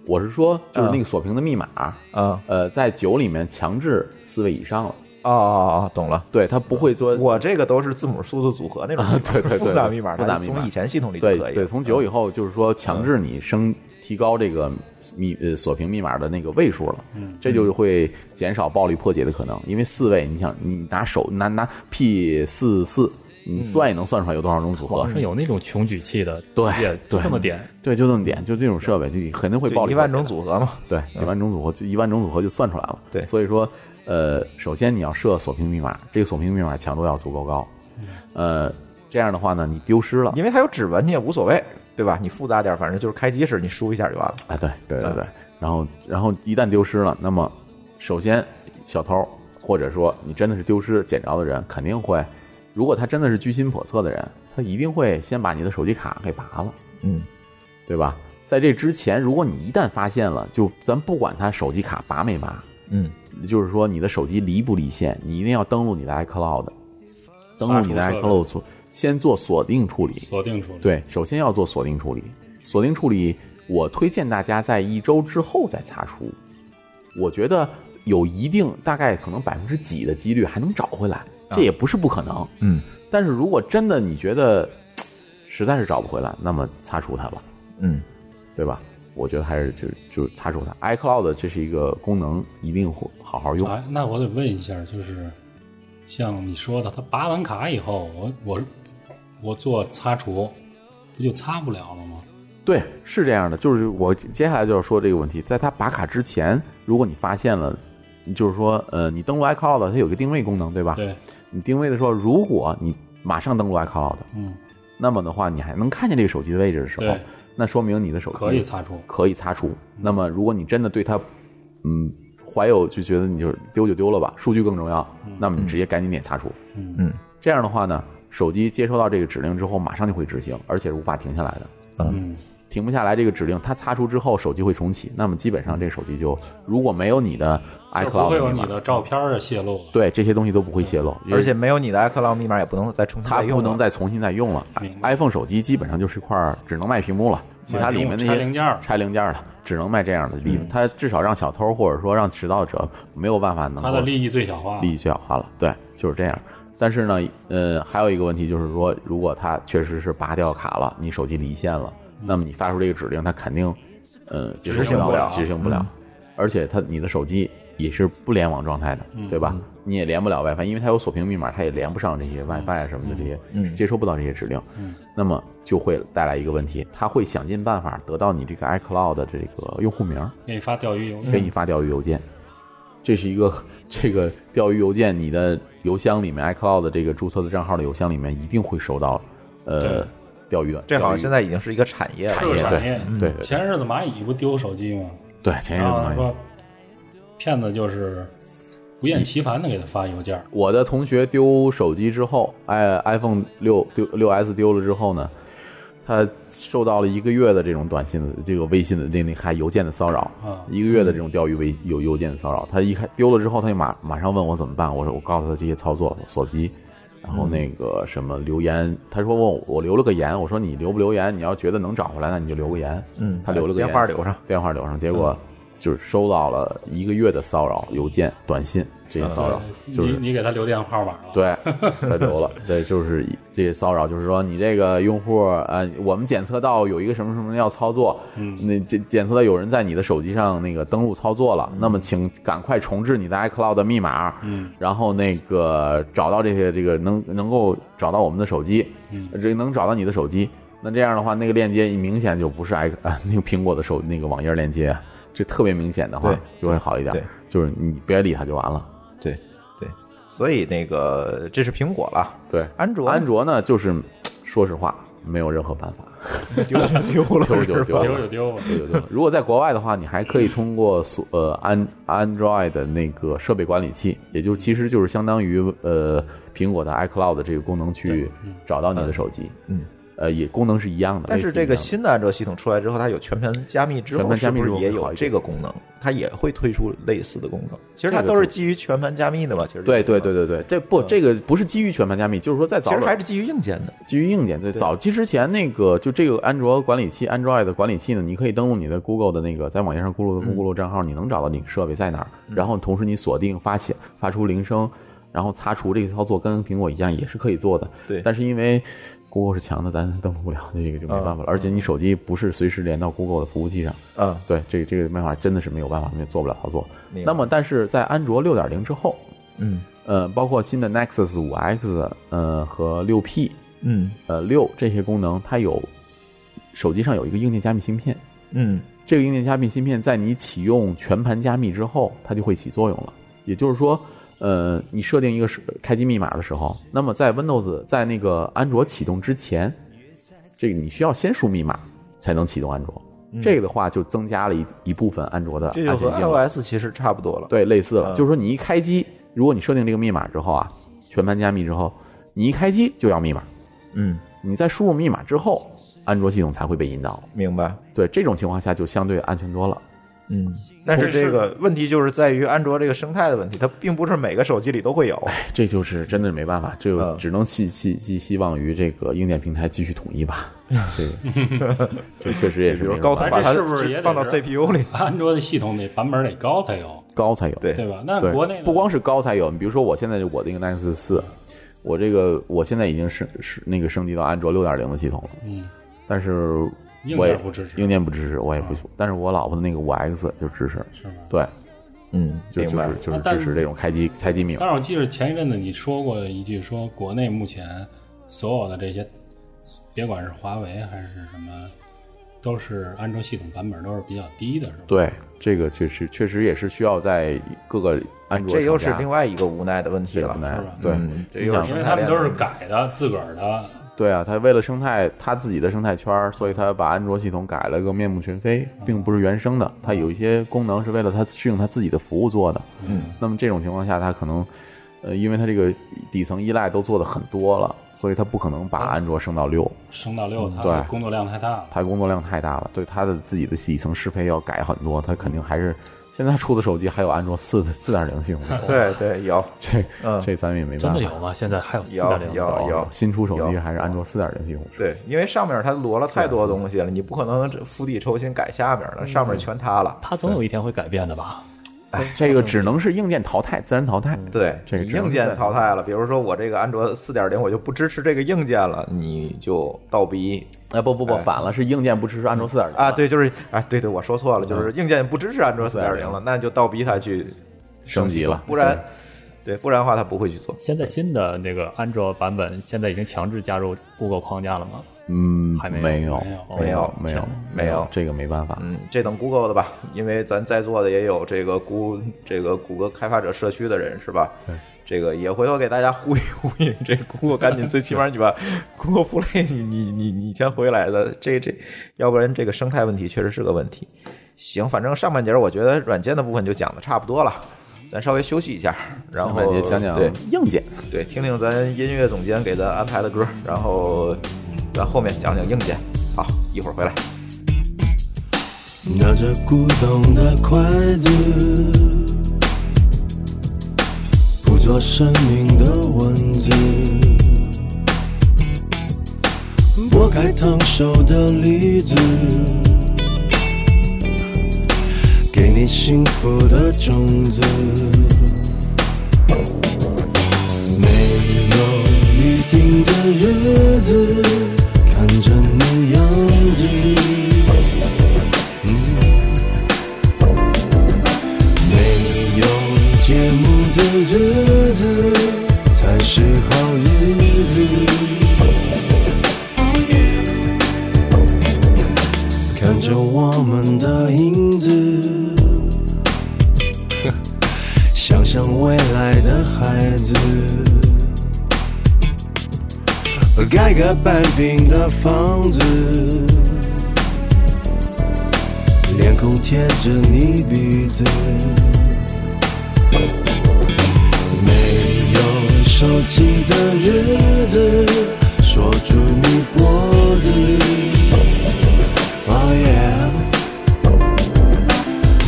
我是说，就是那个锁屏的密码，啊、呃，在九里面强制四位以上了，哦哦哦，懂了。对它不会说我这个都是字母数字组合那种密码、啊 对对对对复杂密码，复杂它密码从以前系统里就对可以。嗯对，从九以后就是说强制你升提高这个密呃锁屏密码的那个位数了，嗯，这就会减少暴力破解的可能，因为四位，你想你拿手拿拿 P 四四，嗯你算也能算出来有多少种组合网，上有那种穷举器的，对也就对这么点，对，就这么点，就这种设备，就你肯定会嗯暴就力破解一万种组合嘛。对，几万种组合就一万种组合就算出来了。对所以说，呃，首先你要设锁屏密码，这个锁屏密码强度要足够高。嗯呃，这样的话呢，你丢失了，因为它有指纹，你也无所谓，对吧？你复杂点，反正就是开机时你输一下就完了。哎，对对对嗯对，然后然后一旦丢失了，那么首先小偷或者说你真的是丢失捡着的人，肯定会，如果他真的是居心叵测的人，他一定会先把你的手机卡给拔了。嗯，对吧？在这之前，如果你一旦发现了，就咱不管他手机卡拔没拔，嗯，就是说你的手机离不离线，你一定要登录你的 iCloud，登录你的查处设备 iCloud 做先做锁定处理，锁定处理，，对，首先要做锁定处理。锁定处理，我推荐大家在一周之后再擦除。我觉得有一定大概可能百分之几的几率还能找回来，这也不是不可能。嗯，但是如果真的你觉得实在是找不回来，那么擦除它吧。嗯，对吧？我觉得还是就就擦除它。iCloud 这是一个功能，一定会好好用。哎，那我得问一下，就是像你说的，他拔完卡以后，我我我做擦除，不就擦不了了吗？对，是这样的，就是我接下来就要说这个问题，在它拔卡之前，如果你发现了，就是说，呃，你登录 iCloud，它有个定位功能，对吧？对，你定位的时候，如果你马上登录 iCloud，嗯，那么的话，你还能看见这个手机的位置的时候对，那说明你的手机可以擦出。可以擦除。嗯那么，如果你真的对它，嗯，怀有就觉得你就是丢就丢了吧，数据更重要，那么你直接赶紧点擦除。嗯嗯这样的话呢，手机接收到这个指令之后，马上就会执行，而且是无法停下来的。嗯停不下来这个指令，它擦除之后，手机会重启。那么基本上这手机就如果没有你的就不 iCloud 会有密你码的照片的泄露了。对这些东西都不会泄露，而且没有你的 iCloud 密码也不能再重新它再用不了，能再重新再用了。明 iPhone 手机基本上就是一块儿只能卖屏幕了，其他里面那拆些零件儿拆零件儿的只能卖这样的里，它至少让小偷或者说让迟到者没有办法能它够的利益最小化。利益最小化了。对，就是这样。但是呢，呃，还有一个问题就是说，如果它确实是拔掉卡了，你手机离线了，那么你发出这个指令，它肯定，呃，执行不了嗯执行不了，而且它你的手机也是不联网状态的，对吧？你也连不了 WiFi，因为它有锁屏密码，它也连不上这些 WiFi 啊什么的这些，嗯接收不到这些指令，那么就会带来一个问题，它会想尽办法得到你这个 iCloud 的这个用户名，给你发钓鱼嗯邮给件，你发钓鱼邮件。这是一个 这个钓鱼邮件，你的邮箱里面 iCloud 的这个注册的账号的邮箱里面一定会收到，呃对，钓鱼的。这好嗯像钓现在已经是一个产业这了。个业产业。鱼对对前日子蚂蚁不丢手机吗？对，前一阵然子后嘛说骗子就是不厌其烦的给他发邮件儿，我的同学丢手机之后，哎，iPhone 六丢六 S 丢了之后呢，他受到了一个月的这种短信的这个微信的那那还邮件的骚扰啊，一个月的这种钓鱼微邮邮件的骚扰。他一开丢了之后，他就马马上问我怎么办，我说我告诉他这些操作锁机。然嗯后那个什么留言，他说问我我留了个言，我说你留不留言？你要觉得能找回来，那你就留个言。嗯他留了个电言话留上，嗯电话留上，结果就是收到了一个月的骚扰邮件、短信这嗯些骚扰，嗯就是你你给他留电话号码了，对，太牛了。对，就是以这些骚扰，就是说你这个用户，呃，我们检测到有一个什么什么要操作，嗯，那检检测到有人在你的手机上那个登录操作了，那么请赶快重置你的 iCloud 的密码，嗯，然后那个找到这些这个能能够找到我们的手机，嗯，这能找到你的手机。那这样的话，那个链接明显就不是 i 啊那个苹果的手那个网页链接啊，这特别明显的话对就会好一点对，就是你别理它就完了。对对，所以那个这是苹果了，对，安卓安卓呢，就是说实话，没有任何办法，丢就丢了，丢就是吧丢丢了。就丢吧。 对对对，如果在国外的话，你还可以通过所呃安 Android 的那个设备管理器，也就其实就是相当于呃苹果的 iCloud 的这个功能去找到你的手机，嗯，呃也功能是一样的，但类是似一这样个的新的安卓系统出来之后，它有全盘加密之全后，盘是加密不之是后也会好有一这点个功能？它也会推出类似的功能。其实它这个都是就基于全盘加密的嘛。其实对这个对对对对，这不这个不是基于全盘加密，就是说在嗯其早实还软是基于硬件的。基于硬件，对，早期之前那个就这个安卓管理器，Android 的管理器呢，你可以登录你的 Google 的那个，在网页上 Google 嗯 Google 账号，你能找到你设备在哪儿，然后同时你锁定发现发出铃声，然后擦除这个操作跟苹果一样也是可以做的，对但是因为 Google 是强的，咱登录不了，这个就没办法了，而且你手机不是随时连到 Google 的服务器上，嗯，对，这个这个没办法，真的是没有办法，也做不了操作。明白那么但是在安卓六点零之后，嗯呃，包括新的 Nexus 五 X，呃和六 P。嗯呃六这些功能，它有手机上有一个硬件加密芯片，嗯这个硬件加密芯片在你启用全盘加密之后，它就会起作用了。也就是说，呃，你设定一个是开机密码的时候，那么在 Windows 在那个安卓启动之前，这个你需要先输密码才能启动安卓。这个的话就增加了一一部分安卓的嗯这就安和全性了。 iOS 其实差不多了。对，类似了，嗯就是说你一开机，如果你设定这个密码之后啊，全盘加密之后，你一开机就要密码，嗯，你在输入密码之后，安卓系统才会被引导。明白。对这种情况下，就相对安全多了。嗯，但是这个问题就是在于安卓这个生态的问题，它并不是每个手机里都会有。这就是真的没办法，这嗯就只能寄寄寄希望于这个硬件平台继续统一 吧。这个 这确实也比是如没有高办通法把它哎这是不是也得是放到 CPU 里？安卓的系统得版本得高才有，高才有，对对吧？那对，国内呢不光是高才有，你比如说我现在就我这个 Nexus 四，我这个我现在已经是是那个升级到安卓六点零的系统了，嗯，但是硬我也件不支持嗯硬件不支持，我也不，但是我老婆的那个五 X 就支持，是吧？对，嗯，就明就白是。就是那但支持这种开机开机密码但。是我记得前一阵子你说过一句，说国内目前所有的这些，别管是华为还是什么，都是安卓系统版本都是比较低的，是吧？对，这个确实确实也是需要在各个安卓这又是厂家另外一个无奈的问题这个了不。难是吧对嗯，这就又像是因生为态他们链都的是问题。改的自个儿的对啊，他为了生态他自己的生态圈儿，所以他把安卓系统改了个面目全非，并不是原生的。它有一些功能是为了他适应他自己的服务做的。嗯，那么这种情况下，他可能，呃，因为他这个底层依赖都做的很多了，所以他不可能把安卓升到六，升到六，嗯他对工作量太大了。他工作量太大了，对他的自己的底层适配要改很多，他肯定还是现在出的手机还有安卓四四点零系统，对对，有这嗯这咱们也没办真法。的有吗？现在还有四有点零？有有，新出手机有还是安卓四点零系统？对，因为上面它摞了太多东西了，你不可能这釜底抽薪改下面了，上面全塌了。它总有一天会改变的吧？哎，这个只能是硬件淘汰，自然淘汰。对，这个你只能硬是件淘汰了，比如说我这个安卓四点零，我就不支持这个硬件了，你就倒逼哎，不不不，反了，是硬件不支持安卓四点零啊，，对，就是啊，对对，我说错了，就是硬件不支持安卓四点零了，那就倒逼它去升级了，不然对，不然的话它不会去做。现在新的那个安卓版本现在已经强制加入 Google 框架了吗？嗯，还没没有有没有没有没有这个没办法。嗯，这等 Google 的吧，因为咱在座的也有这个谷这个谷歌开发者社区的人是吧？这个也回头给大家呼吁呼吁，这 Google 赶紧，最起码你 把 Google Play 你你你你先回来的，这这，要不然这个生态问题确实是个问题。行，反正上半节我觉得软件的部分就讲的差不多了，咱稍微休息一下，然后下半节讲讲对硬件，对，听听咱音乐总监给咱安排的歌，然后咱后面讲讲硬件。好，一会儿回来。咬着古董的筷子，捕捉生命的文字，剥开烫手的梨子，给你幸福的种子。没有预定的日子，看着你样子。没有节目的日子才是好日子。看着我们的影子，想象未来的孩子，盖个半平的房子，脸孔贴着你鼻子。没有手机的日子，锁住你脖子。Oh yeah。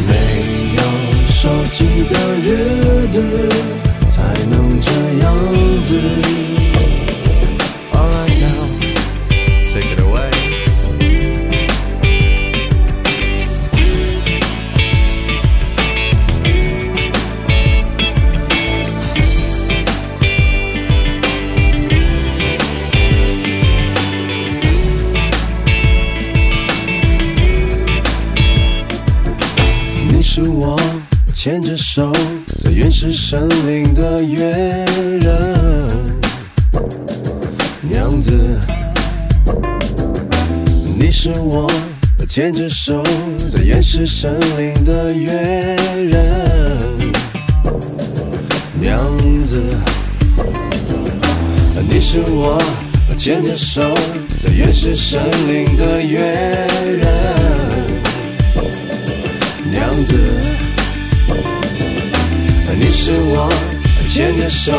没有手机的日子，才能这样子。Alright Oh now, take it away. 你是我牵着手，在原始森林的约人，娘子。你是我牵着手，在原始森林的约人，娘子。你是我牵着手，在原始森林的约人。娘子，你是我牵着手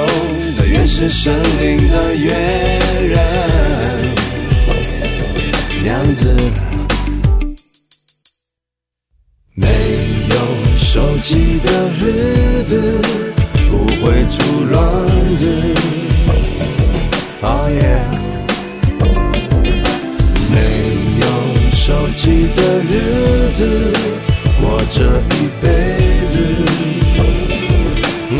在原始森林的约人，娘子。没有手机的日子不会出乱子，Oh yeah。没有手机的日子，活着一辈子。嗯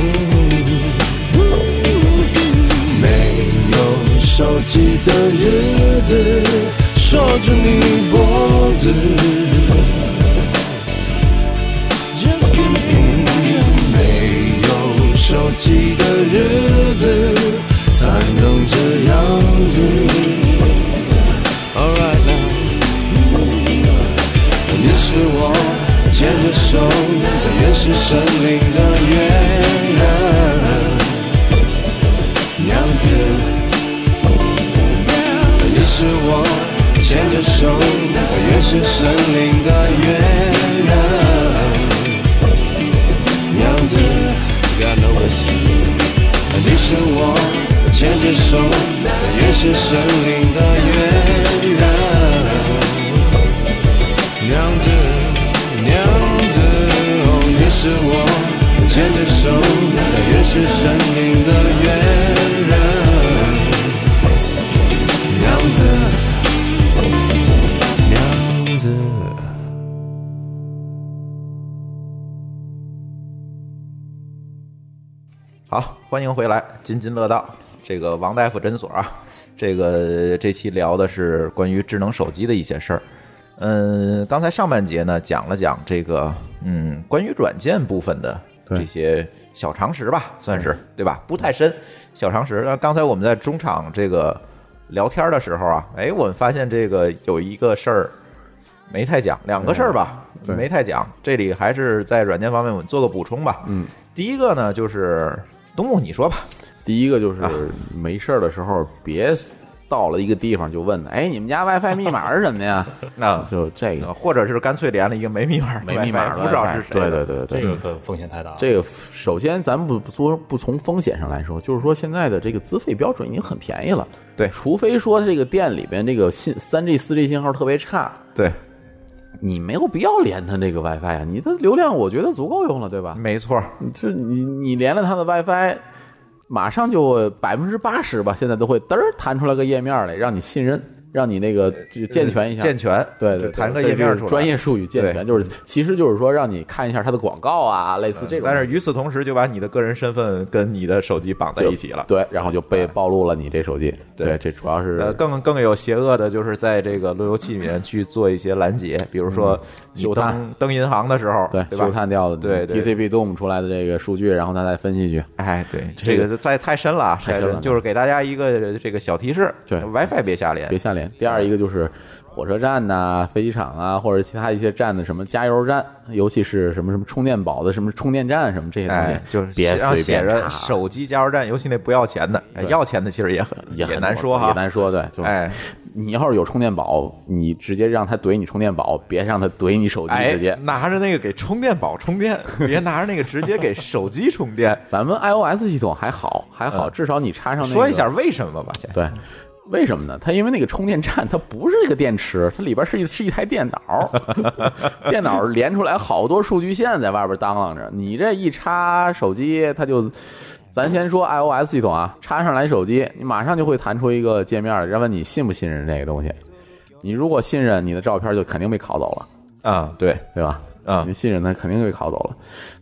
没有手机的日子，锁住你脖子。Just give me 没有手机的日子，才能这样子。Alright now，你是我牵着手在原始森林的约人，娘子。中，我也是森林的月亮，样子 got no wish。你是我牵着手，我也是森林的月亮，娘子，娘子，哦，你是我牵着手，我也是森林的月亮，娘子，娘子。好，欢迎回来，津津乐道。这个王大夫诊所啊，这个这期聊的是关于智能手机的一些事儿。嗯，刚才上半节呢讲了讲这个，嗯，关于软件部分的对这些小常识吧，算是对吧？不太深，小常识。那刚才我们在中场这个聊天的时候啊，哎，我们发现这个有一个事儿没太讲，两个事儿吧，嗯对没太讲。这里还是在软件方面我们做个补充吧。嗯，第一个呢就是东木，你说吧。第一个就是啊没事儿的时候别到了一个地方就问他，哎，你们家 WiFi 密码是什么呀？那呃就这个或者是干脆连了一个没密码的 WiFi，啊没密码的哎 WiFi，不知道是谁对的。对对对这对，个可风险太大了。这个首先，咱们不不说不从风险上来说，就是说现在的这个资费标准已经很便宜了。对除非说这个店里边这个信三 G、四 G 信号特别差，对你没有必要连它这个 WiFi 啊，你的流量我觉得足够用了，对吧？没错，就是你你连了它的 WiFi，马上就百分之八十吧，现在都会嘚儿弹出来个页面来，让你信任，让你那个就健全一下，呃健全，对就对，弹对个页这面就出是来。专业术语健对嗯全就是，其实就是说让你看一下它的广告啊，类似这种东西。但是与此同时，就把你的个人身份跟你的手机绑在就一起了。哎对，然后就被暴露了你这手机。对这主要是呃，更更有邪恶的就是在这个路由器里面去做一些拦截，比如说你嗯修探登登银行的时候，对对修吧？探掉的对对 TCP DOM 出来的这个数据，然后他再分析去。哎，对，这这个个再太深了啊，太深了嗯就是给大家一个这个小提示，对，WiFi 别下连别，下连。第二一个就是火车站呐、飞机场啊，或者其他一些站的什么加油站，尤其是什么什么充电宝的什么充电站什么这些东西，哎，就是别让随写便着查手机加油站，尤其那不要钱的，哎对要钱的其实也很也很难多说也哈。难说。对，就是哎，你要是有充电宝，你直接让他怼你充电宝，别让他怼你手机，哎直接。，拿着那个给充电宝 充电，别拿着那个直接给手机充电。咱们 iOS 系统还好，还好，嗯至少你插 上那个。说一下为什么吧，先对，为什么呢？它因为那个充电站它不是一个电池，它里边是一是一台电脑， 电脑连出来好多数据线在外边当啷着，你这一插手机，它就。咱先说 iOS 系统啊，插上来手机，你马上就会弹出一个界面来，要问你信不信任这个东西。你如果信任，你的照片就肯定被拷走了，啊，对，对吧？啊你信任它肯定被拷走了。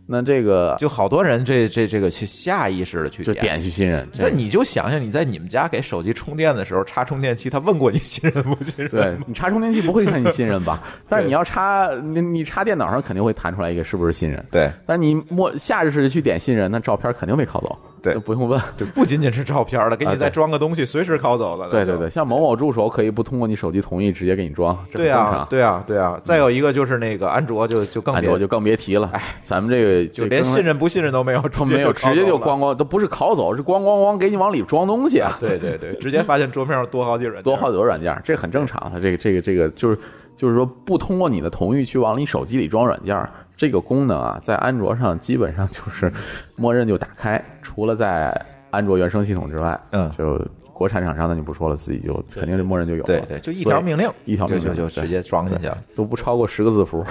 那这个就好多人这这这个去下意识的去就点去信任，这这你就想想你在你们家给手机充电的时候插充电器，他问过你信任不 信任？对你插充电器不会看你信任吧？但是你要插你你插电脑上肯定会弹出来一个是不是信任， 对，但是你默下意识地去点信任，那照片肯定被拷走，对就不用问。就不仅仅是照片了，给你啊再对装个东西，随时拷走了。对那对就对，像某某助手可以不通过你手机同意直接给你装，这很对正啊常，。嗯对啊，对啊。再有一个就是那个安卓就就更安别卓就更别提了，哎，咱们这个就连信。任不信任都没有，都没有，直接就光。咣咣，都不是拷走，是咣咣咣给你往里装东西啊！对对对， 直接发现桌面上多好几人，多好几个软件儿，这很正常啊的。这个这个这个就是就是说不通过你的同意去往你手机里装软件儿，这个功能啊，在安卓上基本上就是默认就打开，除了在安卓原生系统之外，嗯就国产厂商那就不说了，自己就肯定是默认就有了。对对，就一条命令，所以一条命就令就就直接装进去了。都不超过十个字 符。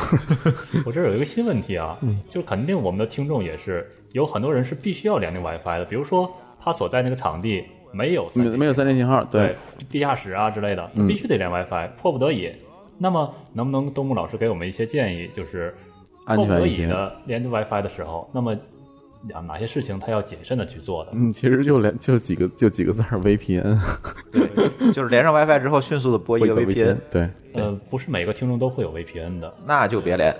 我这儿有一个新问题啊，嗯就肯定我们的听众也是有很多人是必须要连那个 WiFi 的，比如说他所在那个场地没有没三有没有嗯三 G 信号，对，地下室啊之类的，必须得连 WiFi，、迫不得已。那么，能不能东木老师给我们一些建议，就是安迫不得全一已些。的连着 WiFi 的时候，那么啊哪些事情他要谨慎的去做的？嗯，其实就连就几个就几个字儿 VPN，就是连上 WiFi 之后，迅速的播一个 VPN，对，嗯呃，不是每个听众都会有 VPN 的，那就别连，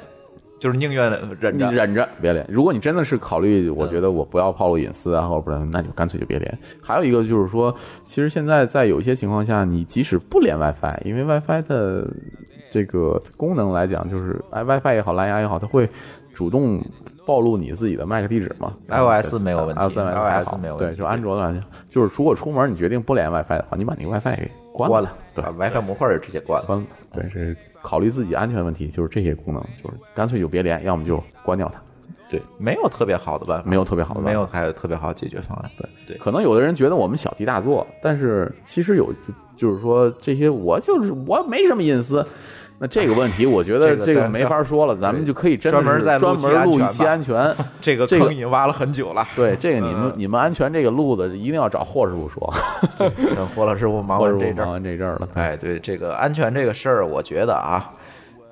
就是宁愿忍你着。嗯忍着别连。如果你真的是考虑，我觉得我不要暴露隐私啊，或者不然，那就干脆就别连。还有一个就是说，其实现在在有一些情况下，你即使不连 WiFi，因为 WiFi 的这个功能来讲，就是哎 WiFi 也好，蓝牙也好，它会主动暴露你自己的 MAC 地址嘛 iOS 没有问题，iOS 还好 iOS 没有问对，题就安卓的来讲，就是如果出门你决定不连 WiFi 的话，你把那个 WiFi 给关关了了，，对把，WiFi 模块儿直接关了。关了，对，是考虑自己安全问题，就是这些功能，就是干脆就别连，要么就关掉它。对，没有特别好的办法，没有特别好的办法没有还有特别好的解决方案。对对，可能有的人觉得我们小题大做，但是其实有，就就是说这些我就是我没什么隐私。那这个问题，我觉得这个这个咱没法说了，咱们就可以真的专门是再录专门录期一安全期吧安 全。这个这个坑已经挖了很久 了。对，这个你们嗯你们安全这个路子一定要找霍师傅说，等霍老师傅忙霍师完傅这阵忙儿，完这阵儿了。对，哎，对这个安全这个事儿，我觉得啊，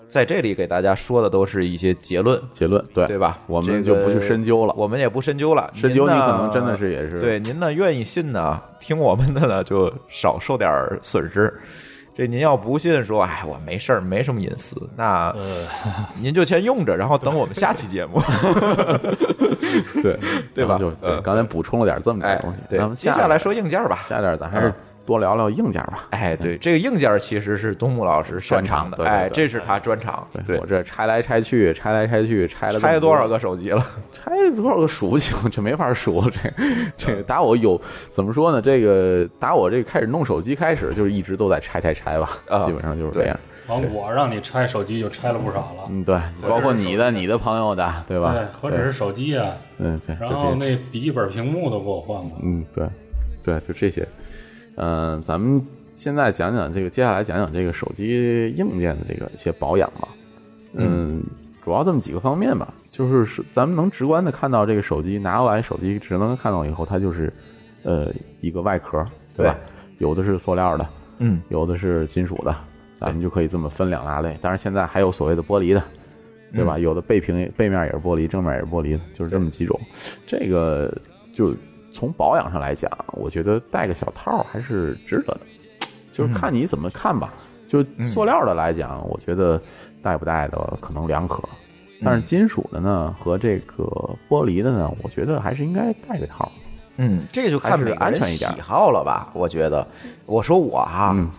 在这里给大家说的都是一些结论，结论对对吧？我们就不去深究了。我们也不深究了。深究您你呢可能真的是也是 对您呢，愿意信呢，听我们的呢，就少受点儿损失。这您要不信说，哎，我没事儿，没什么隐私，那呃，您就先用着，然后等我们下期 节目。对对然后吧就对嗯刚才补充了点这么点哎东西，，对咱，们接下来说硬件吧。下一点，咱还是嗯多聊聊硬件吧。哎，对，这个硬件其实是东木老师擅长的，专长对对哎，对这是他专长。对我，这拆来拆去，拆来拆去，拆了这么拆了多少个手机了？拆多少个数不清，这没法数。这这嗯个打我有怎么说呢？这个打我这个开始弄手机开始，就是一直都在拆拆拆吧，啊基本上就是这样。完我让你拆手机就拆了不少了，嗯，对，包括你的、你的朋友的，对吧对，？何止是手机啊，对嗯，对，就然这后些那笔记本屏幕都给我换过，嗯，对，对，就这些。嗯、咱们现在讲讲这个，接下来讲讲这个手机硬件的这个一些保养吧。嗯，主要这么几个方面吧，就是是咱们能直观的看到这个手机拿过来，手机只能看到以后，它就是呃一个外壳，对吧？有的是塑料的，嗯，有的是金属的，咱们就可以这么分两大类。当然，现在还有所谓的玻璃的，嗯对吧？有的背屏背面也是玻璃，正面也是玻璃的，就是这么几种。这个就是从保养上来讲，我觉得戴个小套儿还是值得的，嗯就是看你怎么看吧。就塑料的来讲，我觉得戴不戴的可能两可，嗯但是金属的呢和这个玻璃的呢，我觉得还是应该戴个套儿。嗯，这就看每个还是安人全一喜点好了吧？我觉得，我说我哈，嗯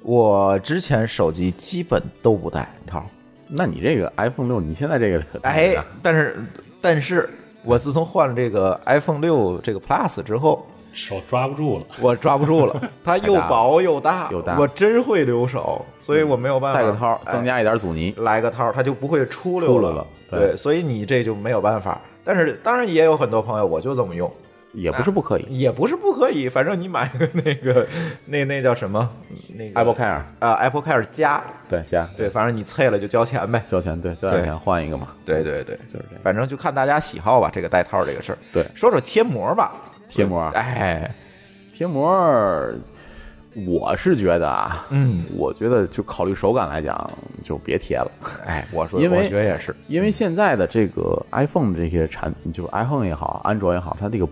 我之前手机基本都不带套，那你这个 iPhone 六，你现在这个可戴哎了，但是但是我自从换了这个 iPhone 六这个 Plus 之后，手抓不住了。我抓不 住了，它又薄又大，又大嗯我真会留手，所以我没有办法戴个套儿，哎增加一点阻尼。来个套儿，它就不会出溜出溜了对对，所以你这就没有办法。但是当然也有很多朋友我就这么用，也不是不可以。也不是不可以，反正你买个那个 那那叫什么那个 Apple Care 啊 Apple Care 加，对加对，反正你脆了就交钱呗。交钱对交点对钱换一个嘛。对对对，就是这样反正就看大家喜好吧，这个带套这个事儿。对说说贴膜吧，贴膜哎，贴膜儿，我是觉得啊，嗯，我觉得就考虑手感来讲，就别贴了，哎，我说，因为我觉得也是，因为现在的这个 iPhone 这些产，就是 iPhone 也好，安卓也好，它这个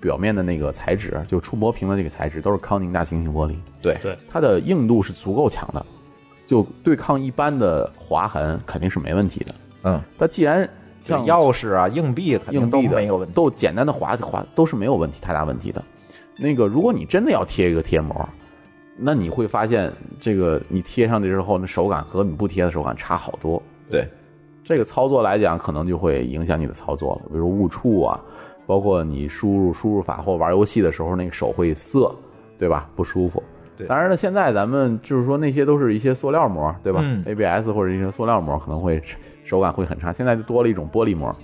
表面的那个材质，就触摸屏的这个材质，都是康宁大猩猩玻璃，对对它的硬度是足够强的，就对抗一般的划痕肯定是没问题的。嗯，它既然就像钥匙啊、硬币肯硬定都币的没有问题。都简单的划划都是没有问题太大问题的。那个，如果你真的要贴一个贴膜，那你会发现这个你贴上去之后，那手感和你不贴的手感差好多。对，这个操作来讲，可能就会影响你的操作了，比如误触啊，包括你输入输入法或玩游戏的时候，那个手会涩，对吧？不舒服。对当然了，现在咱们就是说那些都是一些塑料膜，对吧、嗯 a b s 或者一些塑料膜可能会手感会很差，现在就多了一种玻璃膜，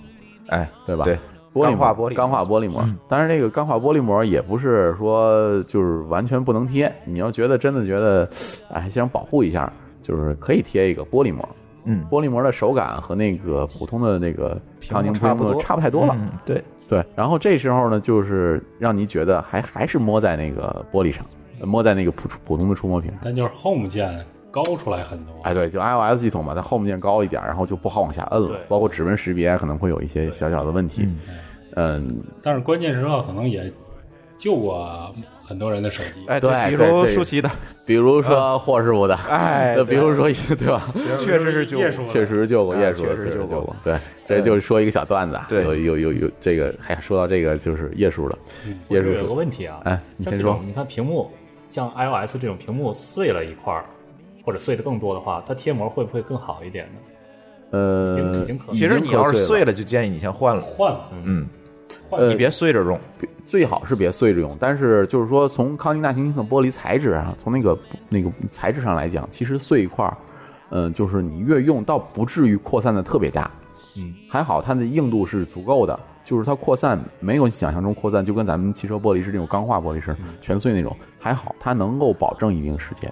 哎，对吧？对，玻璃膜钢化玻璃钢化玻璃膜。当然，这个钢化玻璃膜也不是说就是完全不能贴。你要觉得真的觉得，哎，想保护一下，就是可以贴一个玻璃膜。嗯，玻璃膜的手感和那个普通的那个康宁屏幕差不玻璃多膜差不太多了。嗯，对，对，然后这时候呢，就是让你觉得还还是摸在那个玻璃上，摸在那个普普通的触摸屏上。但就是 Home 键高出来很多，哎，对，就 iOS 系统嘛，它 Home 键高一点，然后就不好往下摁了对，包括指纹识别可能会有一些小小的问嗯题。嗯，但是关键时刻可能也救过很多人的手机。哎，对比对如这个舒淇的，比如嗯说霍师傅的，哎呃比对如说一 些对吧？确实是就叶叔的确实救过，啊叶叔确的实确实救过哎救过。对，这就是说一个小段子啊。对有有有有这个，哎呀，说到这个就是叶叔的，嗯我叶这叔有个问题啊，哎你像先这说种你看屏幕，像 iOS 这种屏幕碎了一块儿，或者碎的更多的话，它贴膜会不会更好一点呢？已经呃已经可，能其实你要是碎碎了，就建议你先换了，换了，嗯，换呃你别碎着用。最好是别碎着用，但是就是说，从康妮纳行星的玻璃材质啊，从那个那个材质上来讲，其实碎一块儿，嗯、就是你越用，倒不至于扩散的特别大，嗯，还好它的硬度是足够的，就是它扩散没有想象中扩散，就跟咱们汽车玻璃是那种钢化玻璃是全碎那种，还好它能够保证一定时间。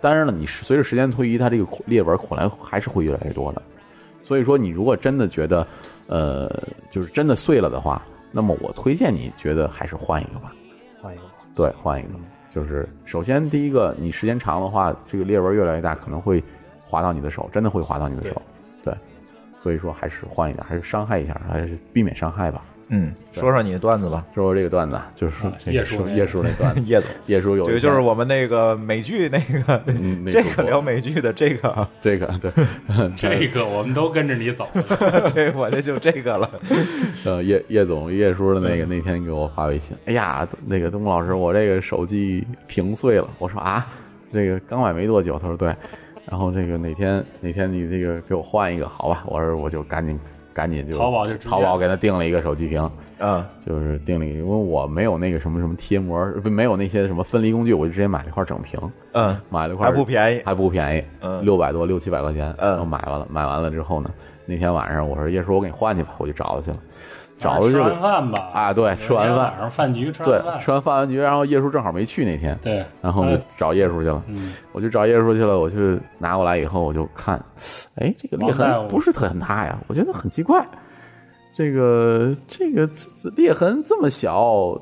当然了，你随着时间推移，它这个裂纹恐来还是会越来越多的。所以说，你如果真的觉得，呃，就是真的碎了的话，那么我推荐你觉得还是换一个吧。换一个。对，换一个，就是首先第一个，你时间长的话，这个裂纹越来越大，可能会划到你的手，真的会划到你的手。对，所以说还是换一点，还是伤害一下，还是避免伤害吧。嗯，说说你的段子 吧，，说说这个段子啊，就是说啊这个叶叔说那个叶叔那段子叶总。叶叔有这一个就是天我们那个美剧那个，嗯那个这主个播聊美剧的这个 啊，这个对，这个我们都跟着 你走，对我这就这个了。呃，叶叶总叶叔的嗯那个那天给我发微信，哎呀，那个东木老师，我这个手机屏碎了。我说啊，这个刚买没多久。他说对，然后这个哪天哪天你这个给我换一个，好吧？我说我就赶紧赶紧就淘宝就直接淘宝给他订了一个手机屏，啊嗯，就是订了一个，因为我没有那个什么什么贴膜，不没有那些什么分离工具，我就直接买了一块整屏，嗯，买了一块还不便宜。还不便宜，嗯六百多六七百块钱，嗯然后买完了，买完了之后呢，那天晚上我说叶叔，我给你换去吧，我就找他去了，找他去吃了完饭吧，啊，对，吃完晚饭，上饭局吃对完，吃饭，完饭完局，然后叶叔正好没去那天，对，然后就找叶叔去了，嗯，我就找叶叔去了，我去拿过来以后，我就看，哎，这个裂王大夫痕不是特很大呀，我觉得很奇怪，这个这个这这裂痕这么小，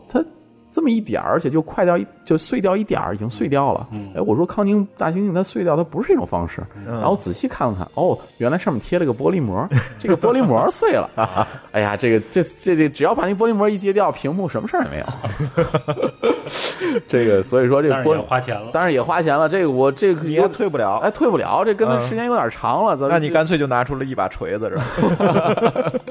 它这么一点儿，而且就快掉一就碎掉一点儿，已经碎掉了。哎，我说康宁大猩猩它碎掉，它不是这种方式。然后仔细看了看，哦，原来上面贴了个玻璃膜，这个玻璃膜碎了。哎呀，这个这这这，只要把那玻璃膜一揭掉，屏幕什么事儿也没有。这个所以说这个但是玻也璃。花钱了，当然也花钱了，这个我这个你也退不了哎，，呃退不了，这跟他嗯时间有点长了。咱那你这干 脆就拿出了一把锤子，是吧？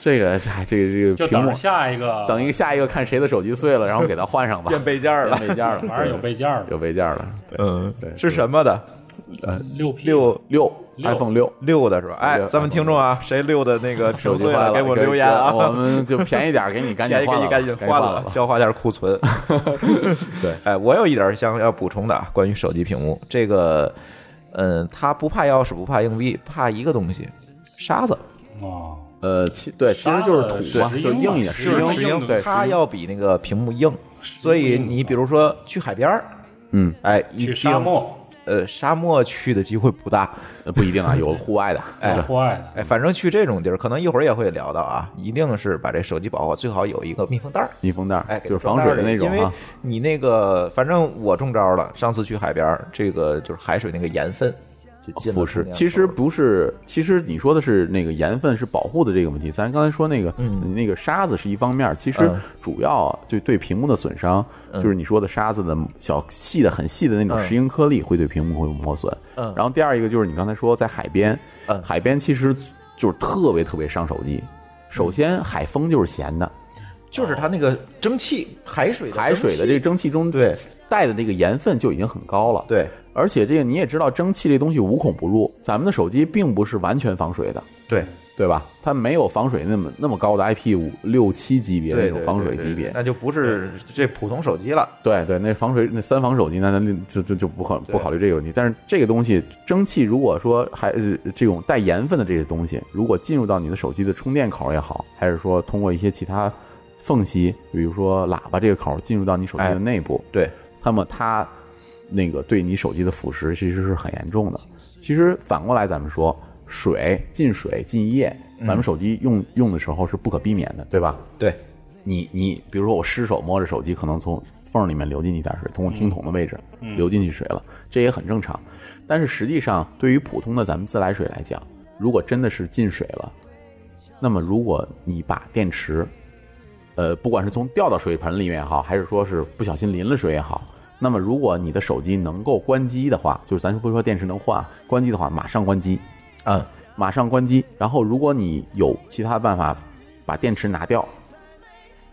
这个，哎，这个这就个屏等幕着，下一个，等一个下一个看谁的手机碎了，然后给他换上吧。 变备件了变备件了，反正有备件儿有备件了。 对，嗯对，是什么的？六 P 六六六 iPhone 六六的是吧？哎六，咱们听众啊，谁六的那个手手机碎坏了，给我留言啊，我们就便宜点儿，给你赶紧 便宜给换了你吧，赶紧赶紧换了了，吧。消化一下库存。 对，哎，我有一点想要补充的啊，关于手机屏幕这个，嗯，他不怕钥匙，不怕硬币，怕一个东西，沙子。啊，呃，其对，其实就是土嘛，石就英嘛硬一点，石石英石英英对，它要比那个屏幕硬，所以你比如说去海边儿，嗯，哎，一去定沙，漠，呃，沙漠去的机会不大，呃不一定啊，有户外的，哎户外的，哎，反正去这种地儿，可能一会儿也会聊到啊，一定是把这手机保护好，最好有一个密封袋儿，密封袋儿，哎，就是防水的那种因为啊。你那个，反正我中招了。上次去海边儿，这个就是海水那个盐分就进了腐蚀中间其实口不是，其实你说的是那个盐分是保护的这个问题。咱刚才说那个、嗯那个沙子是一方面，其实嗯主要就对屏幕的损伤，就是你说的沙子的小细的很细的那种嗯石英颗粒会对屏幕会有磨损。嗯然后第二一个就是你刚才说在海边，嗯海边其实就是特别特别伤手机。首先，海风就是咸的，就是它那个蒸汽，海水的海水的蒸这汽个蒸汽中对带的那个盐分就已经很高了。对而且这个你也知道，蒸汽这东西无孔不入，咱们的手机并不是完全防水的，对对吧？它没有防水那么那么高的 IP 五六七级别对那对种对防水对级对别，那就不是这普通手机了。对对，那防水那三防手机，那那就就就不考不考虑这个问题。但是这个东西，蒸汽如果说还呃这种带盐分的这些东西，如果进入到你的手机的充电口也好，还是说通过一些其他缝隙，比如说喇叭这个口进入到你手机哎的内部，对，那么它那个对你手机的腐蚀其实是很严重的。其实反过来咱们说，水进水进液，咱们手机用、用的时候是不可避免的，对吧？对，你你比如说我失手摸着手机，可能从缝儿里面流进一点水，通过听筒的位置、流进去水了，这也很正常。但是实际上，对于普通的咱们自来水来讲，如果真的是进水了，那么如果你把电池，呃，不管是从掉到水盆里面也好，还是说是不小心淋了水也好，那么如果你的手机能够关机的话，就是咱不说电池能换，啊关机的话马上关机，嗯，马上关机。然后如果你有其他办法把电池拿掉，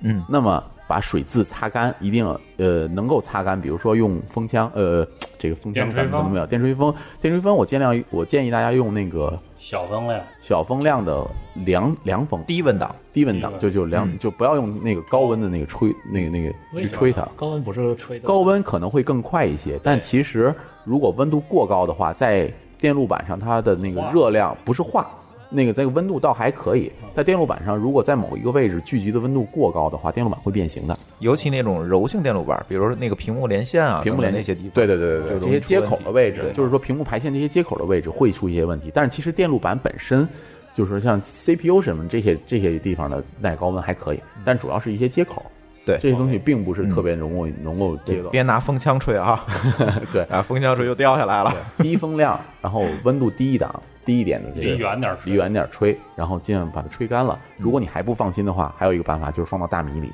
嗯，那么把水渍擦干，一定呃能够擦干，比如说用风枪，呃，这个风电箱咱吹们可能风没有电吹风，电吹风我尽量我建议大家用那个小风量小风量的凉凉风低温档，低温档低，温就就凉、就不要用那个高温的那个吹那个那个嗯为去什么吹它，高温不是吹的，高温可能会更快一些，但其实如果温度过高的话，在电路板上它的那个热量不是化，那个这个温度倒还可以。嗯在电路板上，如果在某一个位置聚集的温度过高的话，电路板会变形的。尤其那种柔性电路板，比如说那个屏幕连线啊，屏幕连等等那些地方，对对对对对，就这容易些出接问口题的位置对，就是说屏幕排线这些接口的位置会出一些问题。但是其实电路板本身。就是像 CPU 什么这些这些地方的耐高温还可以，但主要是一些接口，嗯对嗯这些东西并不是特别能够、能够接到。别拿风枪吹啊， 对 啊，风枪吹就掉下来了。低风量，然后温度低一档，低一点的这个离远点儿吹离远点儿吹，然后尽量把它吹干了。如果你还不放心的话，还有一个办法就是放到大米里，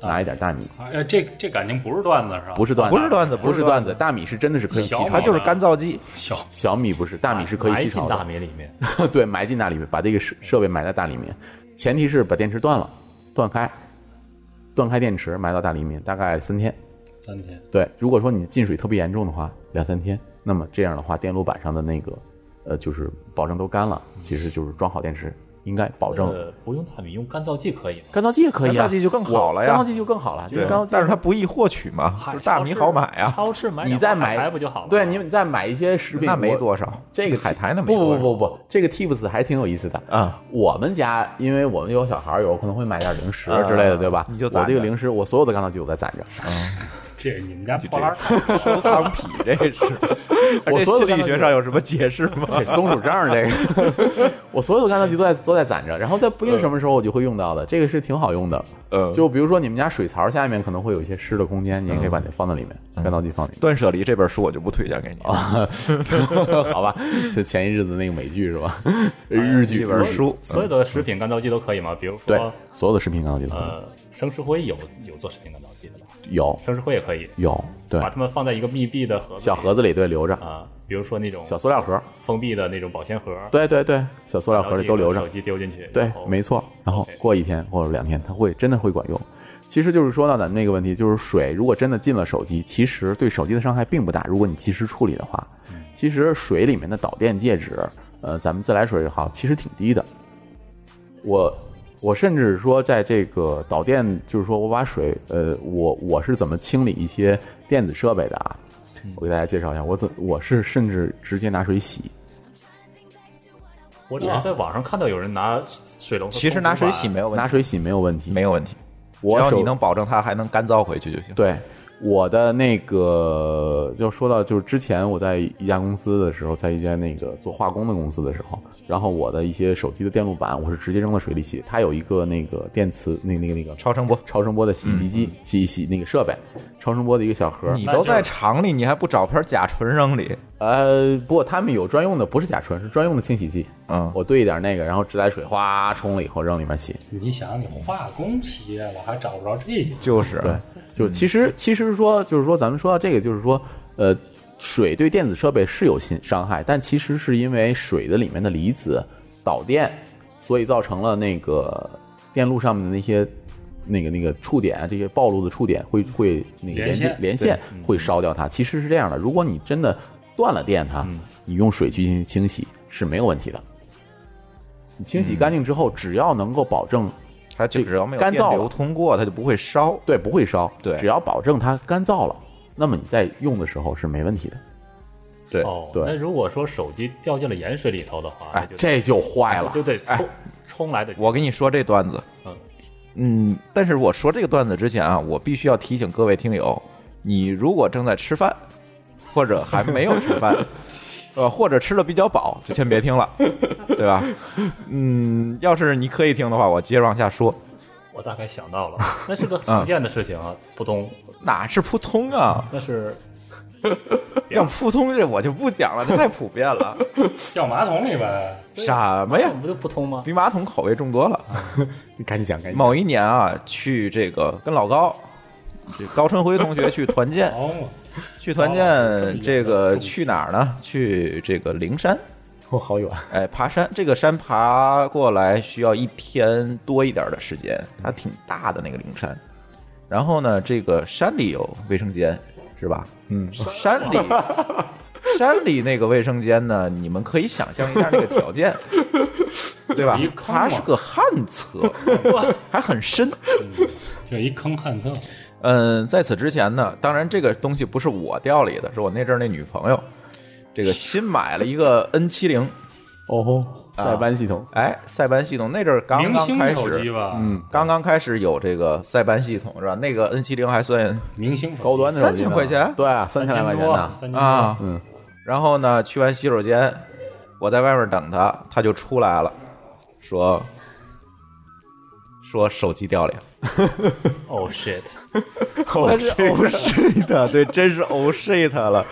拿一点大米，啊，哎这这感情不是段子是吧？不是段子，啊不是段子不不是是段段子，子大米是真的是可以吸小米它潮，就是干燥剂，小小米不是，大米是可以埋吸进潮大的，米里面， 对，埋进大里面，把这个设设备埋在大里面，前提是把电池断了，断开，断开电池埋到大里面，大概三天。三天对，如果说你进水特别严重的话，两三天，那么这样的话，电路板上的那个，呃，就是保证都干了，其实就是装好电池，应该保证。呃，不用大米，用干燥剂可以吗？干燥剂也可以啊，干燥剂就更好了呀干燥剂就更好了，就是对干燥，剂。但是它不易获取嘛，就是大米好买啊，超市买你两再包买海苔不就好了吗？对，你你再买一些食品，那没我多少。这个海苔那没不多不少不不，这个 tips 还挺有意思的。啊， 我们家因为我们有小孩儿，有可能会买点零食啊之类的，对吧？你就攒我这个着零食，我所有的干燥剂我在攒 着。嗯这你们家破烂儿收藏癖这 是。我这所有的干燥心剂理学上有什么解释吗？这松鼠杖这 个，我所有的干燥剂都在都在攒着，然后在不定什么时候我就会用到的，这个是挺好用的。嗯就比如说你们家水槽下面可能会有一些湿的空间，你也可以把它放在里面，嗯干燥剂放里面。 断舍离这本书我就不推荐给你哦了， 好吧，就前一日子那个美剧是吧？日剧一啊本书。所有的食品干燥剂都可以吗？比如对说，，所有的食品干燥剂都可以呃，生石灰有有做食品干燥剂的吧？有嗯生石灰也可以，有对啊把它们放在一个密闭的盒子里小盒子里对留着，啊，比如说那种小塑料盒，封闭的那种保鲜盒，对对对，小塑料然后盒里这都个留着手。机丢进去，对然，后没错。然后 OK 过一天或者两天，它会真的会管用。其实就是说到咱们那个问题，就是水如果真的进了手机，其实对手机的伤害并不大。如果你及时处理的话，嗯其实水里面的导电介质，呃，咱们自来水也好，其实挺低的。我我甚至说，在这个导电，就是说我把水，呃，我我是怎么清理一些电子设备的啊？嗯我给大家介绍一下，我怎我是甚至直接拿水洗，我只是在网上看到有人拿水龙头，其实拿水洗没有问拿题，水洗没有问题。没有问题，只我要手你能保证它还能干燥回去就行。对，我的那个就说到，就是之前我在一家公司的时候，在一家那个做化工的公司的时候，然后我的一些手机的电路板，我是直接扔到水里洗。它有一个那个电磁，那个那个那个超声波， 超声波的洗衣机，洗洗那个设备，超声波的一个小盒。你都在厂里，你还不找瓶甲醇扔里？呃，不过他们有专用的，不是甲醇，是专用的清洗剂。嗯我兑一点那个，然后自来水哗冲了以后扔里面洗。你想，你化工企业了还找不着这些，就是对，就其嗯实其实说就是说，咱们说到这个，就是说，呃，水对电子设备是有新伤害，但其实是因为水的里面的离子导电，所以造成了那个电路上面的那些。那个那个触点啊，这些暴露的触点会会那个连连接线嗯连线会烧掉它。其实是这样的，如果你真的断了电它，嗯你用水去进行清洗是没有问题的。你清嗯洗干净之后，只要能够保证它就只要没有干电燥了流通过，它就不会烧。对，不会烧，对只要保证它干燥了，那么你在用的时候是没问题的。对哦，对哎那如果说手机掉进了盐水里头的话，那就这就坏就了，得冲冲来的。我跟你说这段子嗯，嗯，但是我说这个段子之前啊，我必须要提醒各位听友，你如果正在吃饭，或者还没有 吃饭，呃，或者吃的比较饱，就先别听了，对吧？嗯，要是你可以听的话，我接着往下说。我大概 想到了，那是嗯个常见的事情啊，扑通，哪是扑 通啊？那是要扑通这我就不讲了，这太普遍 了。掉马桶里呗。什么呀？不就扑通吗？比马桶口味重多了。你 赶紧讲，赶紧讲。某一年啊，去这个跟老高，这高春辉同学去团 建，哦，去团哦这么哦建一这个个重去哪儿呢？去这个灵山，我好远，哎，爬山。这个山爬过来需要一天多一点的时间，它挺大的那个灵山。然后呢，这个山里有卫生间，是吧？嗯，山里山里那个卫生间呢，你们可以想象一下那个条 件，对吧有一？坑它嘛是个旱厕， 还很深。就是一坑旱厕，嗯，在此之前呢，当然这个东西不是我调理的，是我那阵儿那女朋友，这个新买了一个 N 七零，哦吼，塞班系统，哎，塞班系统那阵儿刚明刚星开手机始，吧，嗯，刚刚开始有这个塞班系统是吧？那个 N 七零还算明星手机高端的手机呢3000块钱对啊，三三千来块钱多呢，三千多啊，嗯，然后呢，去完洗手间，我在外面等他，他就出来了，说说手机掉了。 ，Oh shit，哦我是 oh shit，对，真是 oh shit 了。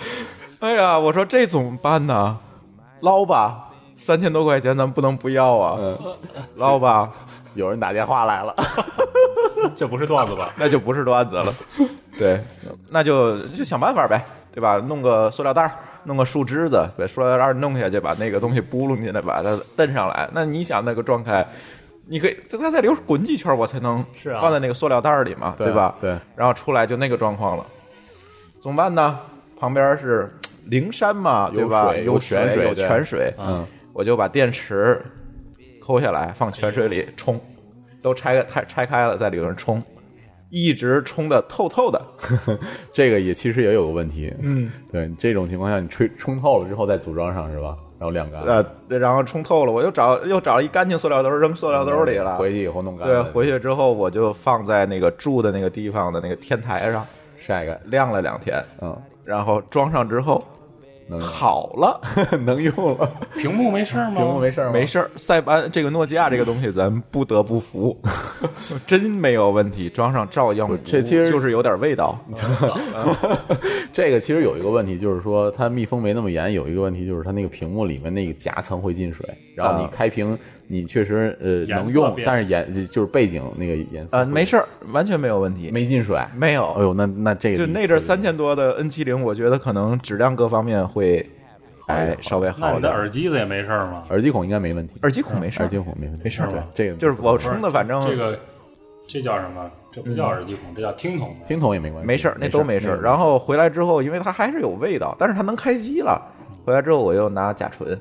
哎呀，我说这怎么办呢？捞吧，三千多块钱咱不能不要啊，嗯捞吧，有人打电话来了，这不是段子 吧？那就不是段子了。对，那就就想办法呗，对吧？弄个塑料袋儿，弄个树枝子，把塑料袋儿弄下去，把那个东西拨弄进来，把它蹬上来。那你想那个状态，你可以就它再流滚几圈，我才能是啊放在那个塑料袋儿里嘛，对啊吧？对。然后出来就那个状况了，怎么办呢？旁边是灵山嘛，有对吧？水有有泉水有对泉水，嗯，我就把电池抠下来放泉水里冲，都拆开拆拆开了，在里边冲，一直冲的透透的。这个也其实也有个问题，嗯，对，这种情况下你吹冲透了之后再组装上是吧？然后晾干，呃，然后冲透了，我又找又找一干净塑料兜扔塑料兜里了。嗯回去以后弄干对，了，回去之后我就放在那个住的那个地方的那个天台上晒干，晾了两天，嗯，然后装上之后能用好了，能用了，屏幕没事儿吗？屏幕没事儿吗？没事儿。塞班这个诺基亚这个东西，咱们不得不服， 真没有问题，装上照样无这其实就是有点味道。 这个其实有一个问题，就是说它密封没那么严，有一个问题就是它那个屏幕里面那个夹层会进水，然后你啊开屏，你确实呃颜色能用，变但是颜就是背景那个颜色呃，会没事儿，完全没有问题，没进水，没有。哎呦，那那这个就你那阵儿是三千多的 N 七零，我觉得可能质量各方面会，一哎点，稍微那好你一的点。耳机子也没事儿吗？耳机孔应该没问题，耳机孔没事儿耳机孔没问题，没事儿对吧，这个就是我充的，反正这个这叫什么？这不叫耳机孔，这叫听筒的。听筒也没关系，没事儿，那都没事儿。然后回来之后，因为它还是有味道，但是它能开机了。回来之后，我又拿甲醇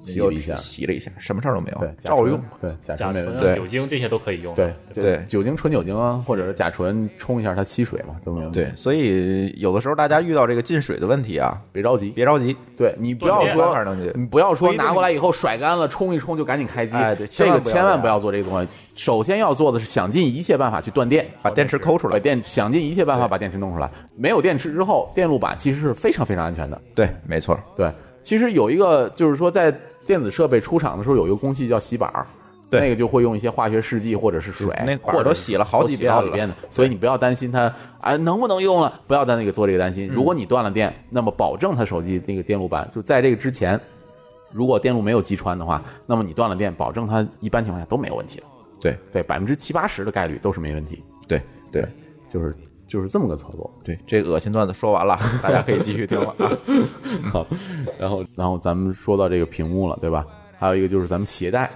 洗又了一下洗了一下，什么事儿都没有对，甲照醇用。对甲甲醇没醇问啊、题，对酒精这些都可以用。对对酒精纯酒精啊，或者是甲醇冲一下它吸水嘛，都没问题。对，，所以有的时候大家遇到这个进水的问题啊，别着急，别着急，对你不要别说嗯慢慢弄去你不要说不一定拿过来以后甩干了冲一冲就赶紧开机，哎对这个千万不要千万不这样要做这个东西。首先要做的是想尽一切办法去断电，把电池抠出把来。电想尽一切办法把电池弄出来。没有电池之后，电路板其实是非常非常安全的。对，没错，对，其实有一个就是说，在电子设备出厂的时候，有一个工序叫洗板儿，对那个就会用一些化学试剂或者是水，那板或儿者都洗了好几遍好几了遍的，所以你不要担心它啊能不能用了，不要担那个做这个担心。如果你断了电，那么保证它手机那个电路板就在这个之前。如果电路没有击穿的话，那么你断了电，保证它一般情况下都没有问题了。对对，百分之七八十的概率都是没问题，对对就是就是这么个操作。对，这恶心段子说完了，大家可以继续听了啊。 好，然后然后咱们说到这个屏幕了，对吧？还有一个就是咱们携带，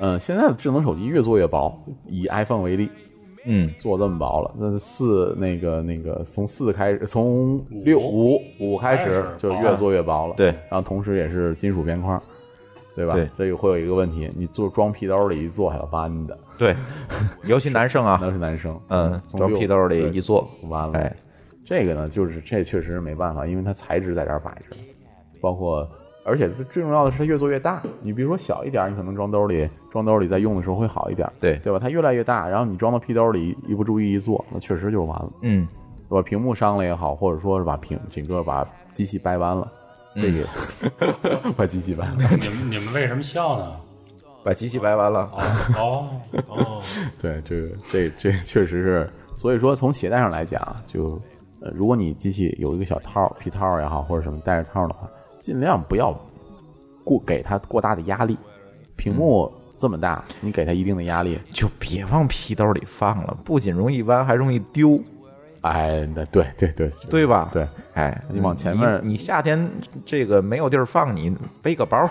嗯、现在的智能手机越做越薄，以 iPhone 为例，嗯，做这么薄了，那四那个那个从四开始，从六五五五开开始始就薄越做越薄了，对然后同时也是金属边框，对吧？对这个会有一个问题，你做装屁兜里一坐还要弯的，对， 尤其男生啊，那是男生，啊嗯，从装六屁兜对嗯里一坐，完了。哎，这个呢，就是这确实没办法，因为它材质在这儿摆着，包括而且最重要的是它越做越大。你比如说小一点儿，你可能装兜里，装兜里在用的时候会好一点，对对吧？它越来越大，然后你装到屁兜里，一不注意一坐，那确实就完了，嗯，对吧？屏幕伤了也好，或者说是把屏整个把机器掰弯了，这个、嗯 把机器掰弯了，你们你们为什么笑呢？把机器掰完了，哦哦哦，对，这个这这确实是，所以说从携带上来讲，就呃，如果你机器有一个小套儿皮套儿也好，或者什么带着套儿的话，尽量不要过给它过大的压力。屏幕这么大，你给它一定的压力，就别往皮兜里放了，不仅容易弯，还容易丢，哎，那对对对对吧？对，哎，你往前面儿你你夏天这个没有地儿放，你背个包，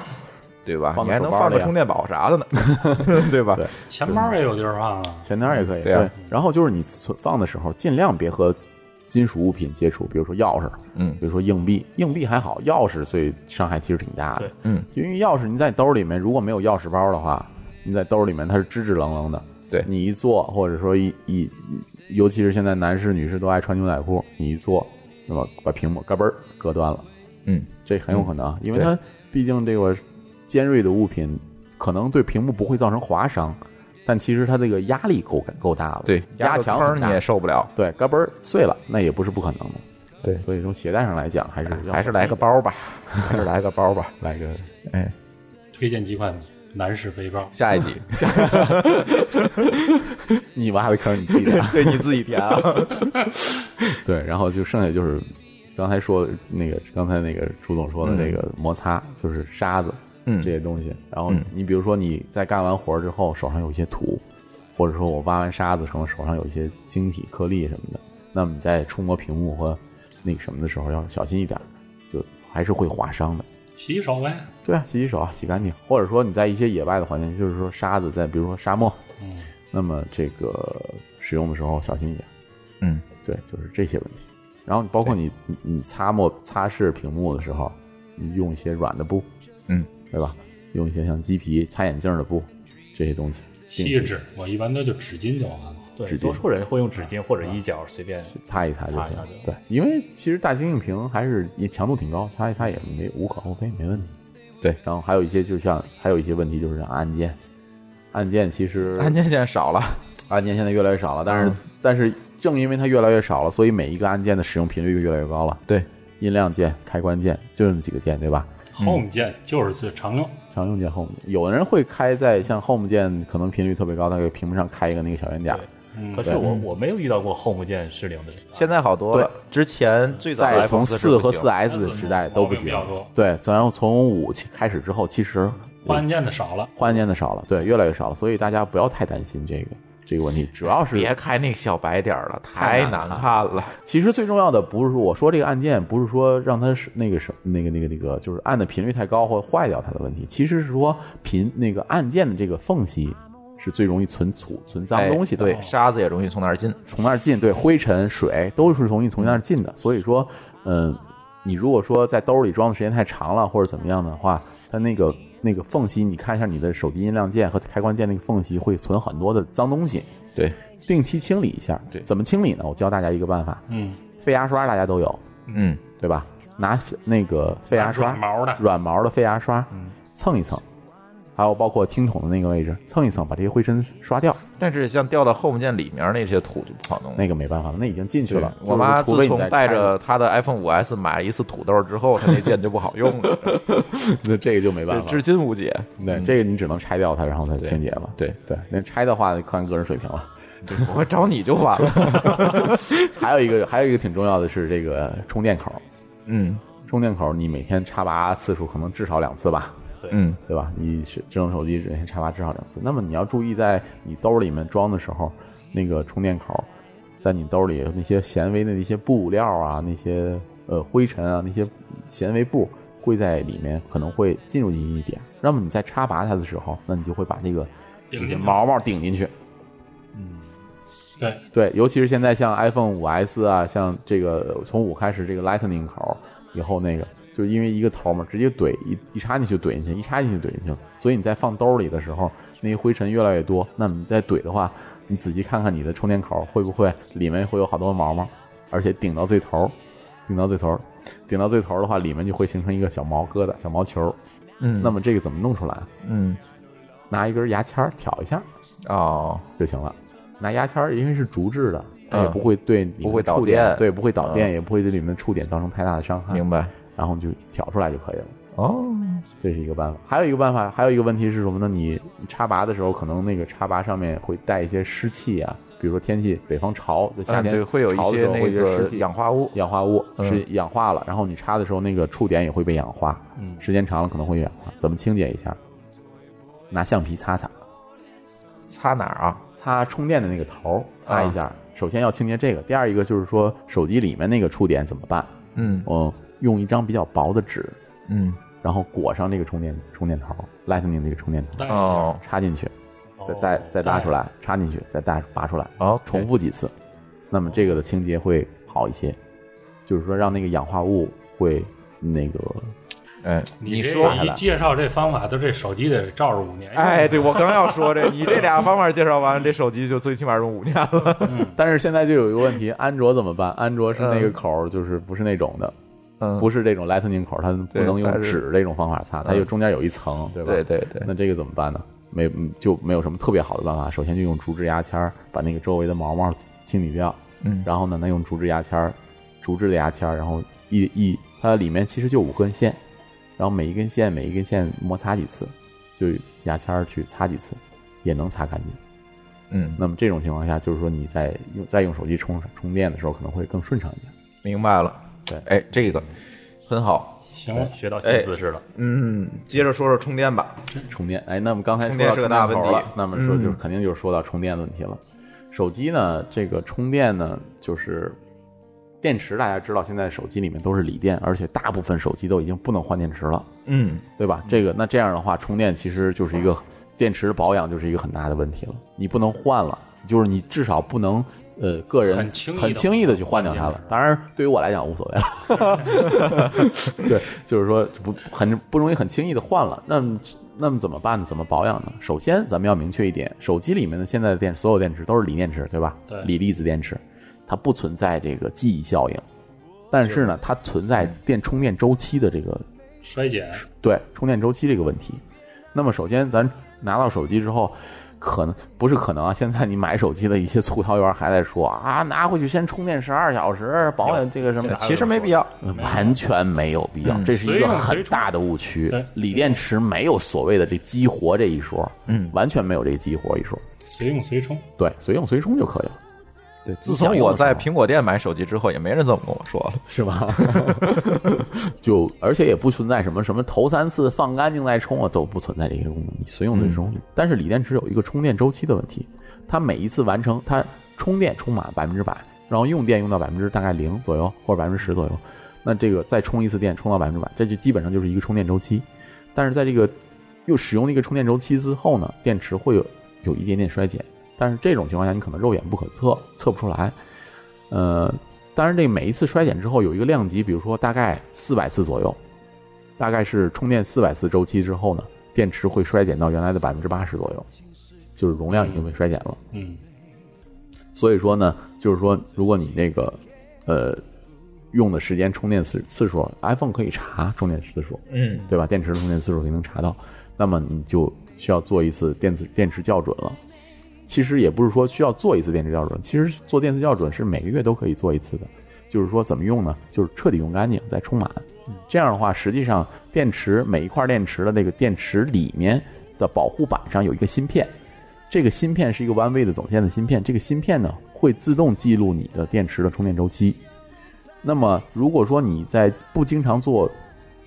对吧？放你个还手能包放个里啊充电宝啥的呢， 对吧？对钱包也有地儿放啊。前端也可以。对啊然后就是你存放的时候，尽量别和金属物品接触，比如说钥匙，嗯比如说硬币，硬币还好，钥匙所以伤害其实挺大的对。嗯，就因为钥匙你在兜里面如果没有钥匙包的话，你在兜里面它是支支棱棱的。对你一坐，或者说一一，尤其是现在男士女士都爱穿牛仔裤，你一坐，那么把屏幕嘎嘣儿割断了，嗯，这很有可能，啊因为对它毕竟这个尖锐的物品可能对屏幕不会造成划伤，但其实它这个压力够够大了，对，压个强坑儿很你大也受不了，对，嘎嘣儿碎了，那也不是不可能的。对所以从携带上来讲，还是要还是来个包吧，还是来个包吧。来个哎，推荐几款男士背包，下一集你挖的坑，你记得啊。 对你自己填啊。 对，然后就剩下就是刚才说的那个，刚才那个朱总说的这个摩擦，就是沙子嗯这些东西。然后嗯你比如说你在干完活儿之后，手上有一些土，或者说我挖完沙子，可能手上有一些晶体颗粒什么的，那么你在触摸屏幕或那个什么的时候要小心一点儿，就还是会划伤的。洗一手呗。对啊，洗洗手啊，洗干净。或者说你在一些野外的环境，就是说沙子在，比如说沙漠，嗯，那么这个使用的时候小心一点。嗯，对，就是这些问题。然后你包括你你你擦抹擦拭屏幕的时候，你用一些软的布，嗯，对吧？用一些像鸡皮、擦眼镜的布这些东西，定锡期纸，我一般都就纸巾就完了。对，纸巾嗯多数人会用纸巾或者衣角随便。擦一擦就擦行一擦。就对，因为其实大晶硬屏还是也强度挺高，擦一擦也没无可厚非，没问题。对然后还有一些就像还有一些问题就是像按键，按键其实按键现在少了，按键现在越来越少了，但是、嗯但是正因为它越来越少了，所以每一个按键的使用频率就越来越高了。对，音量键、开关键就这么几个键，对吧？ Home 键就是最常用，常用键 Home，有的人会开在像 Home 键可能频率特别高，它给屏幕上开一个那个小圆点儿，嗯可，是我我没有遇到过 home 键失灵的人。现在好多了。之前最早在 iPhone 从4四和是四不行 S 时代都不毛病比行较多。对，然后从五起开始之后，其实换按键的少了。换按键的少了，对，越来越少了，所以大家不要太担心这个这个问题，主要是别开那个小白点儿了，太难难看了。其实最重要的不是说我说这个按键，不是说让它是那个什那个那个那个，就是按的频率太高或坏掉它的问题，其实是说频那个按键的这个缝隙是最容易存储存脏东西的。哎对，沙子也容易从那儿进。从那儿进，对，灰尘、水都是容易从那儿进的。所以说，嗯，你如果说在兜里装的时间太长了，或者怎么样的话，它那个那个缝隙，你看一下你的手机音量键和开关键那个缝隙会存很多的脏东西，对，定期清理一下。对怎么清理呢？我教大家一个办法，嗯，废牙刷大家都有，嗯，对吧？拿那个废牙刷，软毛的嗯软毛的废牙刷，蹭一蹭，还有包括听筒的那个位置，蹭一蹭，把这些灰尘刷掉。但是像掉到 Home 键里面那些土就不好弄了。那个没办法了，那已经进去对了。我妈就是自除非你从再带拆着她的 iPhone 五 S 买了一次土豆之后，她那键就不好用 了，那这个就没办法了。至今无解。对，这个你只能拆掉它，然后再清洁了。嗯对对，那拆的话看个人水平了。 我找你就完 了。还有一个，还有一个挺重要的是这个充电口，嗯充电口你每天插拔次数可能至少两次吧，嗯，对吧？你是智能手机每天插拔至少两次，那么你要注意在你兜里面装的时候，那个充电口，在你兜里那些纤维的那些布料啊，那些呃灰尘啊，那些纤维布会在里面可能会进入进去一点，那么你在插拔它的时候，那你就会把那个顶进去毛毛顶进去。对，对，尤其是现在像 iPhone 五 S 啊，像这个从五开始这个 Lightning 口以后那个，就因为一个头嘛，直接怼一一插进去怼进去，一插进去怼进去，所以你在放兜里的时候，那些灰尘越来越多。那么你再怼的话，你仔细看看你的充电口会不会里面会有好多毛毛，而且顶到最头，顶到最头，顶到最头的话，里面就会形成一个小毛疙瘩、小毛球。嗯那么这个怎么弄出来？啊嗯拿一根牙签儿挑一下，哦，就行了。拿牙签儿，因为是竹制的，它也嗯不会对你不会导电对，不会导电，嗯也不会对你们的触点造成太大的伤害。明。白然后就挑出来就可以了，啊哦。这是一个办法。还有一个办法，还有一个问题是什么呢？你插拔的时候，可能那个插拔上面会带一些湿气啊，比如说天气北方潮，就夏嗯，天、对，会有一潮的些时候会那个湿气氧化物。氧化物嗯是氧化了，然后你插的时候那个触点也会被氧化，嗯时间长了可能会氧化。怎么清洁一下？拿橡皮擦擦，擦哪儿啊？擦充电的那个头儿擦一下。首先要清洁这个，第二一个就是说手机里面那个触点怎么办？嗯我用一张比较薄的纸，嗯然后裹上这个充电充电头，Lightning 这个充电头，带哦插进去，再带再拉出来，插进去，再带拔出来，哦，重复几次。那么这个的清洁会好一些，就是说让那个氧化物会那个哎，你这说一介绍这方法，都这手机得照着五年。哎，，对我刚要说这，你这俩方法介绍完，这手机就最起码用五年了。但是现在就有一个问题，安卓怎么办？安卓是那个嗯口儿，就是不是那种的，嗯不是这种 Lightning 口儿，它不对能用但是嗯纸这种方法擦，它有中间有一层，对吧？对对对，那这个怎么办呢？没嗯就没有什么特别好的办法，首先就用竹制牙签儿把那个周围的毛毛清理掉，嗯然后呢，那用竹制牙签儿，竹制的牙签儿，然后一一它里面其实就五根线，然后每一根线每一根线摩擦几次，就牙签儿去擦几次，也能擦干净。嗯，那么这种情况下，就是说你在用再用手机充充电的时候，可能会更顺畅一点。明白了。对哎，这个很好。行了，学到新姿势了。嗯，接着说说充电吧。充电，哎，那么刚才充说到电是个大充电问头题了，那么说嗯就是肯定就是说到充电的问题了。手机呢，这个充电呢，就是电池，大家知道现在手机里面都是锂电，而且大部分手机都已经不能换电池了，嗯，对吧？这个那这样的话，充电其实就是一个嗯电池保养就是一个很大的问题了，你不能换了，就是你至少不能。呃，个人很轻易地很轻易的去换掉它换了电池。当然，对于我来讲无所谓了。 对，就是说不很不容易很轻易的换了。那么那么怎么办呢？怎么保养呢？首先咱们要明确一点，手机里面的现在的电所有电池都是锂电池，对吧？对锂离子电池，它不存在这个记忆效应，但是呢，它存在嗯电充电周期的这个衰减对充电周期这个问题。那么首先咱拿到手机之后。可能不是可能啊！现在你买手机的一些促销员还在说啊，拿回去先充电十二小时，保养这个什么，呃其实没必要。完全没有必要，嗯这是一随个用很随充大的误区对。锂电池没有所谓的这激活这一说，嗯完全没有这激活一说。随用随充，对，随用随充就可以了，对，自从我在苹果店买手机之后，也没人这么跟我说了。是吧？ 就而且也不存在什么什么头三次放干净再充啊，都不存在这些功能，你随用随充。但是锂电池有一个充电周期的问题，它每一次完成它充电充满百分之百，然后用电用到百分之大概零左右或者百分之十左右，那这个再充一次电充到百分之百，这就基本上就是一个充电周期。但是在这个又使用了一个充电周期之后呢，电池会有有一点点衰减，但是这种情况下你可能肉眼不可测，测不出来。呃，当然这每一次衰减之后有一个量级，比如说大概四百次左右，大概是充电四百次周期之后呢，电池会衰减到原来的百分之八十左右，就是容量已经被衰减了。嗯，所以说呢，就是说，如果你那个，呃，用的时间充电次次数，iPhone 可以查充电次数，嗯，对吧？电池充电次数也能查到，那么你就需要做一次电子电池校准了。其实也不是说需要做一次电池校准，其实做电池校准是每个月都可以做一次的。就是说怎么用呢？就是彻底用干净再充满。这样的话，实际上电池每一块电池的那个电池里面的保护板上有一个芯片，这个芯片是一个弯位的总线的芯片，这个芯片呢会自动记录你的电池的充电周期。那么如果说你在不经常做，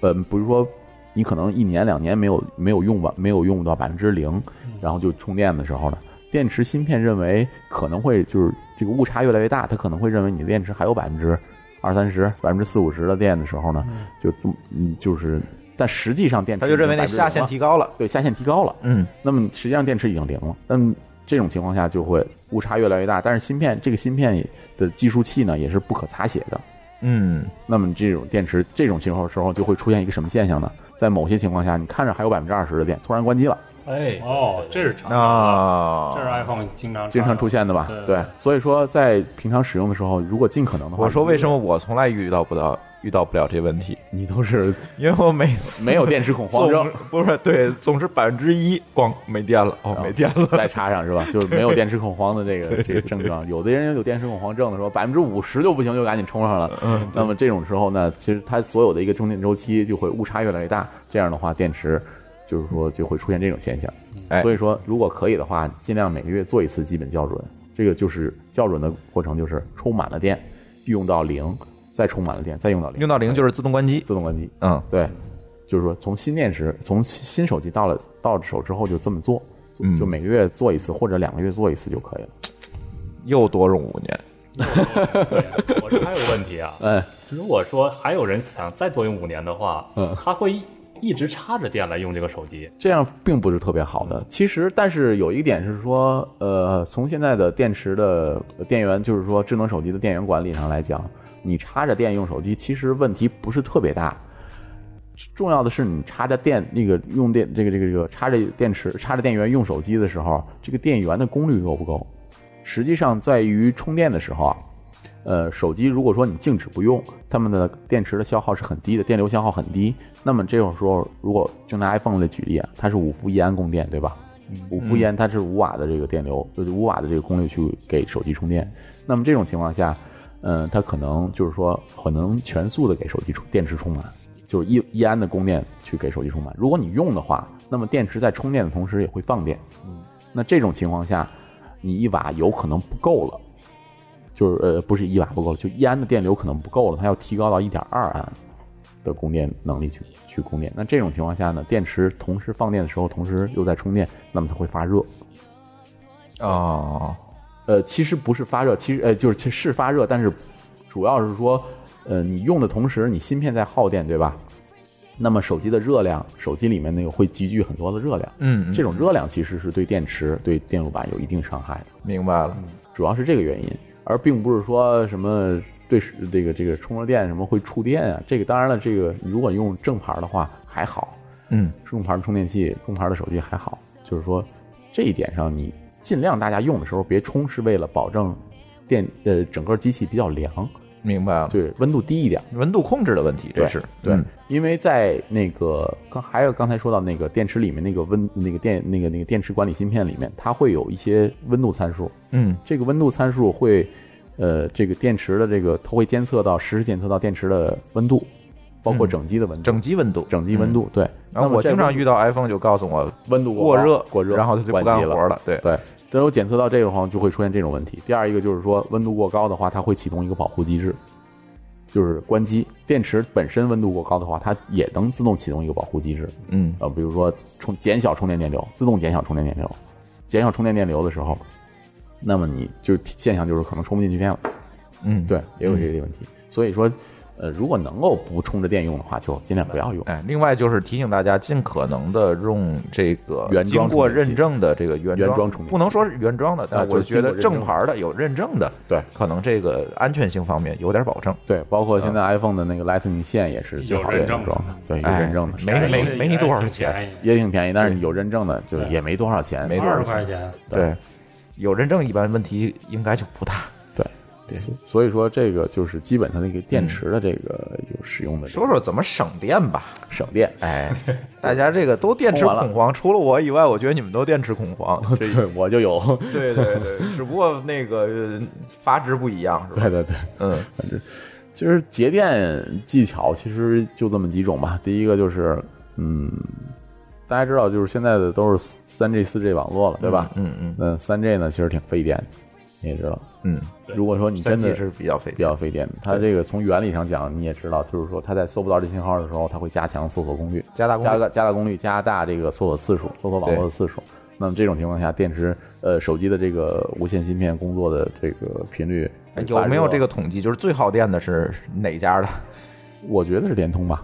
呃，比如说你可能一年两年没有没有用完，没有用到百分之零，嗯然后就充电的时候呢，电池芯片认为可能会就是这个误差越来越大，它可能会认为你的电池还有百分之二三十、百分之四五十的电的时候呢，就嗯就是，但实际上电池他就认为那已经下0%限了提高了。对下限提高了。 嗯，那么实际上电池已经零了，那么这种情况下就会误差越来越大。但是芯片这个芯片的计数器呢，也是不可擦写的。嗯，那么这种电池这种情况时候就会出现一个什么现象呢？在某些情况下，你看着还有百分之二十的电，突然关机了，哎，哦，这是常嗯见啊的，这是那 iPhone 经常经常出现的吧？对所以说在平常使用的时候，如果尽可能的话，我说为什么么我从来遇到不到遇到不了这问题？你都是因为我每 次没有电池恐慌症总，不是对，总是百分之一光没电了，哦，没电了。再插上是吧？就是没有电池恐慌的这个这个症状。有的人有电池恐慌症的时候，百分之五十就不行，就赶紧充上了。嗯，那么这种时候呢，其实它所有的一个充电周期就会误差越来越大，这样的话，电池就是说就会出现这种现象。哎所以说如果可以的话，尽量每个月做一次基本校准。这个就是校准的过程，就是充满了电，用到零，再充满了电，再用到零， 用到零就是自动关机。自动关机。嗯，对，就是说从新电池，从新新手机到了到手之后就这么做，就嗯就每个月做一次或者两个月做一次就可以了。又多用五年。哦对，我这还有个问题啊，嗯，如果说还有人想再多用五年的话，嗯他会一一直插着电来用这个手机。这样并不是特别好的。其实，但是有一点是说，呃，从现在的电池的呃电源，就是说智能手机的电源管理上来讲，你插着电用手机，其实问题不是特别大。重要的是你插着电那个用电这个这个这个插着电池插着电源用手机的时候，这个电源的功率够不够？实际上在于充电的时候啊，呃，手机如果说你静止不用，它们的电池的消耗是很低的，电流消耗很低。那么这种时候，如果就拿 iPhone 来举例啊，它是五伏一安供电，对吧？五伏一安它是五瓦的这个电流，就是五瓦的这个功率去给手机充电。那么这种情况下，嗯，它可能就是说可能全速的给手机充电池充满，就是一一安的供电去给手机充满。如果你用的话，那么电池在充电的同时也会放电。那这种情况下，你一瓦有可能不够了，就是呃不是一瓦不够了，就一安的电流可能不够了，它要提高到一点二安的供电能力去去供电。那这种情况下呢，电池同时放电的时候，同时又在充电，那么它会发热。哦，呃，其实不是发热，其实呃就是其实是发热，但是主要是说，呃，你用的同时，你芯片在耗电，对吧？那么手机的热量，手机里面那个会积聚很多的热量，嗯嗯这种热量其实是对电池、对电路板有一定伤害的，明白了，主要是这个原因，而并不是说什么对这个这个充了电什么会触电啊，这个当然了，这个如果用正牌的话还好，嗯，中牌充电器、中牌的手机还好，就是说这一点上，你尽量大家用的时候别充，是为了保证电呃整个机器比较凉，明白了，对温度低一点。温度控制的问题，这对是对嗯，因为在那个刚还有刚才说到那个电池里面那个温那个电那个那个电池管理芯片里面，它会有一些温度参数，嗯，这个温度参数会，呃，这个电池的这个它会监测到实时监测到电池的温度，包括整机的温度，嗯整机温度，嗯整机温度、对。然那后么我这经常温度遇到 iPhone 就告诉我温度过高热，过热，然后它就不干关机活了。对，对，这有检测到这个话，就会出现这种问题。第二一个就是说，温度过高的话，它会启动一个保护机制，就是关机。电池本身温度过高的话，它也能自动启动一个保护机制。嗯，呃，比如说充减小充电电流，自动减小充电电流，减小充电电流的时候，那么你就现象就是可能充不进去电了。嗯，对，也有这个问题。所以说，呃，如果能够不充着电用的话，就尽量不要用。哎，另外就是提醒大家，尽可能的用这个原经装过充电器认证的这个原原装装充电器不能说是原装的，但啊我就是觉经过得认正证牌的有认证的，对可能这个安全性方面有点保证。对，包括现在 iPhone 的那个 Lightning 线也是最好的有认认证证的，对，有哎认证的，没没便宜没你多少挺钱便宜也挺便宜，但是有认证的，就是对也没多少钱，没多少二十块钱，对对，有认证一般问题应该就不大。对对，所以说这个就是基本它那个电池的这个有使用的这个说说怎么省电吧，省电。 哎，大家这个都电池充完了恐慌，除了我以外，我觉得你们都电池恐慌。 这对，我就有，对对 对，只不过那个呃阀值不一样，是 吧？对对对，嗯 其实节电技巧其实就这么几种吧。第一个就是，嗯，大家知道，就是现在的都是三 G、四 G 网络了，对吧？嗯嗯那三 G 呢，其实挺费电的，你也知道。嗯，如果说你真的三 G 是比较费比较费电，它这个从原理上讲，你也知道，就是说它在搜不到这信号的时候，它会加强搜索功率，加大功率加个加大功率，加大这个搜索次数，搜索网络的次数。那么这种情况下，电池呃手机的这个无线芯片工作的这个频率哎有没有这个？个统计？就是最耗电的是哪家的？我觉得是联通吧，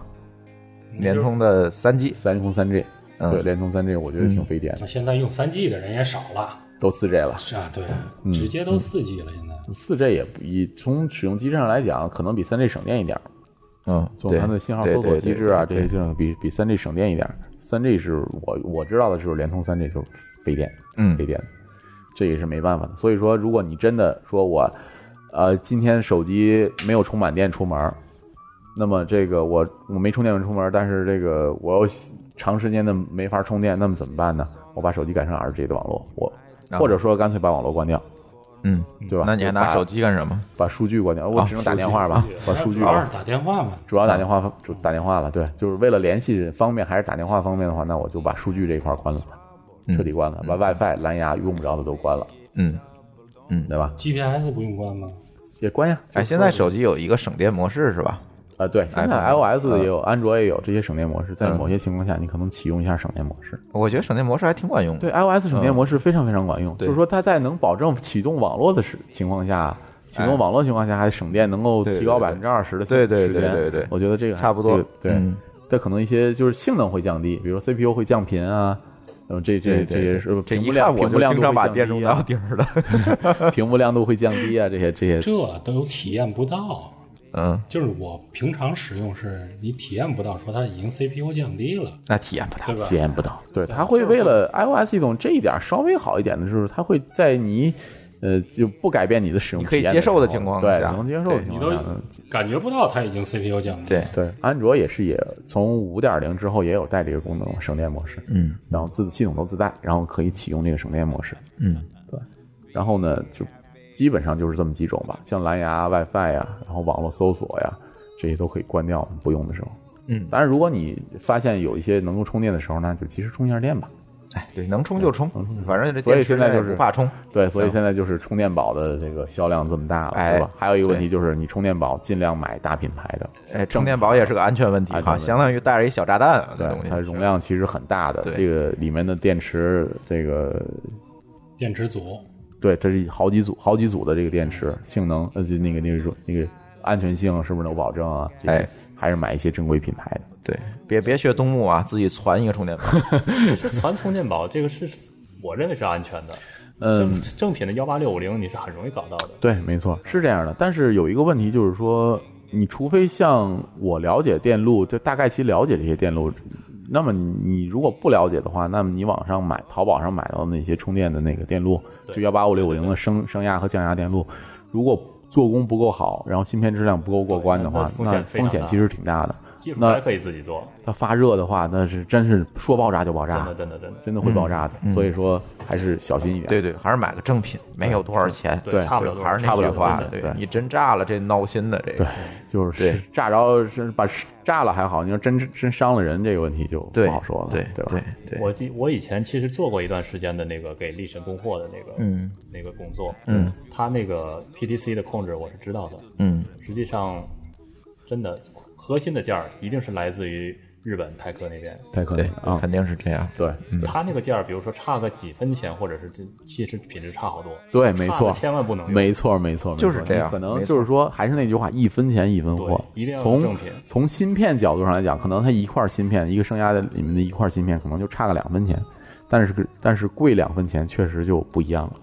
联通的三 G，三联通三 G，嗯对，联通三 G 我觉得挺费电的，现在用三 G 的人也少了，都四 G 了。是啊，对，嗯直接都四 G 了，现在。四 G 也不以从使用机制上来讲，可能比三 G 省电一点儿，嗯，从对它的信号搜索机制啊这对些地对对方比比三 G 省电一点儿。三 G 是我我知道的是联通三 G 就是费电，嗯费电，这也是没办法的。所以说，如果你真的说我，呃，今天手机没有充满电出门儿，那么这个我我没充电出门儿，但是这个我又长时间的没法充电，那么怎么办呢？我把手机改成 2G 的网络，我啊或者说干脆把网络关掉，嗯，对吧？那你还拿手机干什么？把把数据关掉，我只能打电话 吧，把数据主要是打电话嘛，主要打电话就打电话了，对，就是为了联系方面还是打电话方面的话，那我就把数据这一块关了吧，彻底关了，把 WiFi、蓝牙用不着的都关了，嗯，对吧？ GPS 不用关吗？也关呀。哎，现在手机有一个省电模式是吧？啊，对，现在 iPhone iOS 也有，安卓也有这些省电模式，嗯在某些情况下，你可能启用一下省电模式。我觉得省电模式还挺管用的。对，iOS 省电模式非常非常管用，嗯对就是说它在能保证启动网络的时情况下，启哎动网络情况下还省电能够对提高对百分之二十的对对时间对对对我觉得这个还差不多这个对嗯。它可能一些就是性能会降低，比如说 CPU 会降频啊，嗯，这这对这对些是这屏幕一量看屏我幕就亮经度常会把降电容低当啊，钉儿的。屏幕亮度会降低啊，这些这些这都体验不到。 嗯，就是我平常使用是你体验不到，说它已经 CPU 降低了，那体验不大。对吧体？验不到。对，对它会就是为了 iOS 系统这一点稍微好一点的，就是它会在你呃就不改变你的使用你可以体验接受的时候情况对，下你能接受的对情你况都下，嗯感觉不到它已经 CPU 降低。，对，对，安卓也是也从五点零之后也有带这个功能省电模式，嗯，然后自系统都自带，然后可以启用这个省电模式，嗯，对，然后呢就基本上就是这么几种吧，像蓝牙、WiFi 呀，然后网络搜索呀，这些都可以关掉，不用的时候。嗯当然，如果你发现有一些能够充电的时候呢，就及时充一下电吧。哎，对，能充就充能充就，充反正这所以电池现在也就是不怕充。对，所以现在就是充电宝的这个销量这么大了，哎对吧？还有一个问题就是，你充电宝尽量买大品牌的，哎，充电宝也是个安全问题安全哈，问题相当于带着一小炸弹啊，这东对，西它容量其实很大的，对这个里面的电池，这个电池组对，这是好几组好几组的这个电池性能，呃，就那个那个说那个安全性是不是能有保证啊？这些哎，还是买一些正规品牌的。对，别别学东木啊，自己攒一个充 电宝。这传充电宝这个是我认为是安全的，嗯正，正品的幺八六五零你是很容易搞到的。对，没错，是这样的。但是有一个问题就是说，你除非像我了解电路，就大概其了解这些电路，那么你如果不了解的话，那么你网上买淘宝上买到的那些充电的那个电路，就幺八五六五零的升升压和降压电路，如果做工不够好，然后芯片质量不够过关的对那话，风险那非风常险大其实挺大的。技术那还可以自己做，它发热的话，那是真是说爆炸就爆真炸的，真的真的，真的会爆炸的。所以说还是小心一点。对对，还是买个正品，没有多少钱。对对差不了多少还是钱那句了多少话钱，对对你真炸了，这闹心的这对个。，就是对炸着是把炸了还好，你要真真伤了人这个问题就不对，好说了，对对吧？对对，我记我以前其实做过一段时间的那个给力神供货的那个，嗯，那个工作，嗯，他那个 PTC 的控制我是知道的，嗯实际上真的核心的件儿一定是来自于日本台科那边，太可对嗯能啊，肯定是这样。对他那个件儿比如说差个几分钱，或者是这其实品质差好多，对，没差错的，千万不能用，没错，没错，就是没错这样你可能没错就是说，还是那句话，一分钱一分货，对一定要有从正品从芯片角度上来讲，可能它一块芯片，一个升压的里面的一块芯片，可能就差个两分钱，但是但是贵两分钱确实就不一样了。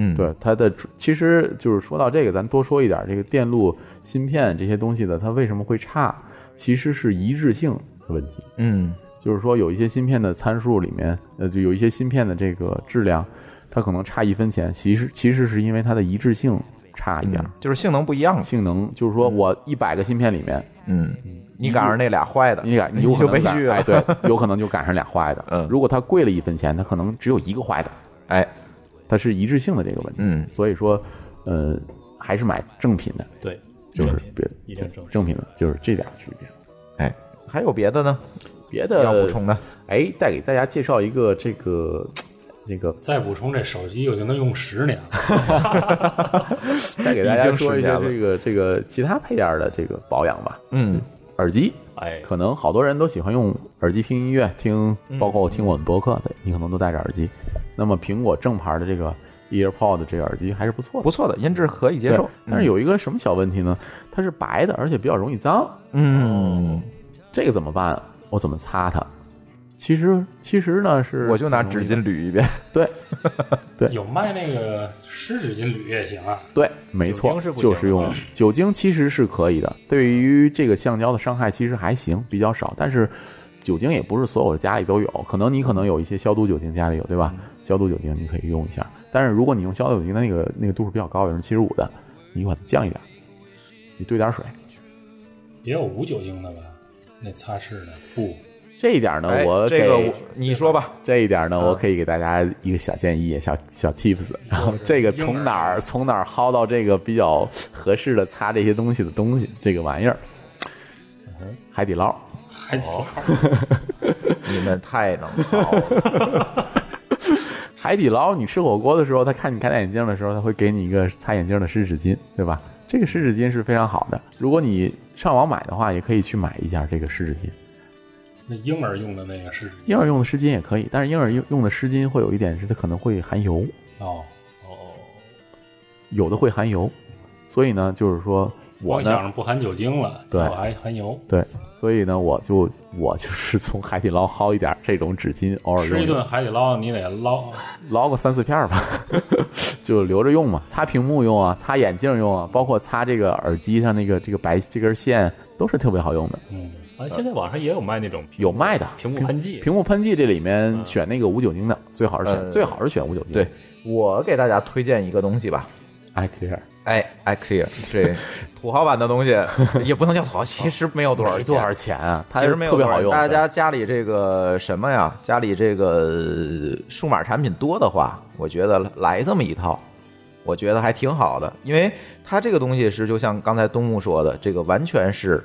嗯，对它的主，其实就是说到这个，咱多说一点，这个电路、芯片这些东西的，它为什么会差，其实是一致性的问题。嗯，就是说有一些芯片的参数里面，呃，就有一些芯片的这个质量，它可能差一分钱，其实其实是因为它的一致性差一点儿。就是性能不一样。性能就是说，我一百个芯片里面，嗯，你赶上那俩坏的，你赶你有可就能悲赶剧哎，了。对， 有可能就赶上俩坏的。嗯如果它贵了一分钱，它可能只有一个坏的，哎，它是一致性的这个问题。嗯所以说，呃，还是买正品的，对，就是正品别一定正品正品的，就是这点区别。哎，还有别的呢？别的要补充的？哎，再给大家介绍一个这个这个，再补充这手机我就能用十年了。再给大家说一 已经下十年了这个这个其他配件的这个保养吧。嗯，耳机，哎，可能好多人都喜欢用耳机听音乐，听嗯包括我听我们博客的，你可能都戴着耳机。那么苹果正牌的这个 EarPod 这个耳机还是不错的，不错的，音质可以接受嗯对。但是有一个什么小问题呢？它是白的，而且比较容易脏。嗯，这个怎么办？我怎么擦它？其实其实呢是我就拿纸巾捋一遍。对对有卖那个湿纸巾铝也行啊，对，没酒错精是，不行就的是 用啊酒精其实是可以的，对于这个橡胶的伤害其实还行，比较少。但是酒精也不是所有的家里都有，可能你可能有一些消毒酒精家里有，对嗯吧？消毒酒精你可以用一下，但是如果你用消毒酒精的那个那个度数比较高，百分之七十五的，你把它降一点，你兑点水。也有无酒精的吧？那擦拭的布，这一点呢，哎我给这个我你说吧，这一点呢，我可以给大家一个小建议、小小 tips。然后这个从哪儿从哪儿薅到这个比较合适的擦这些东西的东西，这个玩意儿，嗯海底捞。还挺哦好。你们太能跑了。海底捞，你吃火锅的时候，他看你看戴眼镜的时候，他会给你一个擦眼镜的湿纸巾，对吧？这个湿纸巾是非常好的。如果你上网买的话，也可以去买一下这个湿纸巾。那婴儿用的那个湿纸巾婴儿用的湿巾也可以，但是婴儿用用的湿巾会有一点是它可能会含油，哦，有的会含油，所以呢，就是说我光呢想着不含酒精了，对我还含油，对，所以呢，我就我就是从海底捞薅一点这种纸巾，偶尔吃用一用顿海底捞你得捞，捞个三四片儿吧， 就留着用嘛，擦屏幕用啊，擦眼镜用啊，包括擦这个耳机上那个这个白这根线都是特别好用的，嗯，啊，现在网上也有卖那种屏幕有卖的屏幕喷剂，屏幕喷剂这里面选那个无酒精的，最好是选呃最好是选无酒精。 对，我给大家推荐一个东西吧， ，I clear。哎哎，clear 这土豪版的 东西也不能叫土豪，其实没有多少没多少钱啊，它其实没有特别多少好用。大家家里这个什么呀，家里这个呃数码产品多的话，我觉得来这么一套，我觉得还挺好的，因为它这个东西是就像刚才东木说的，这个完全是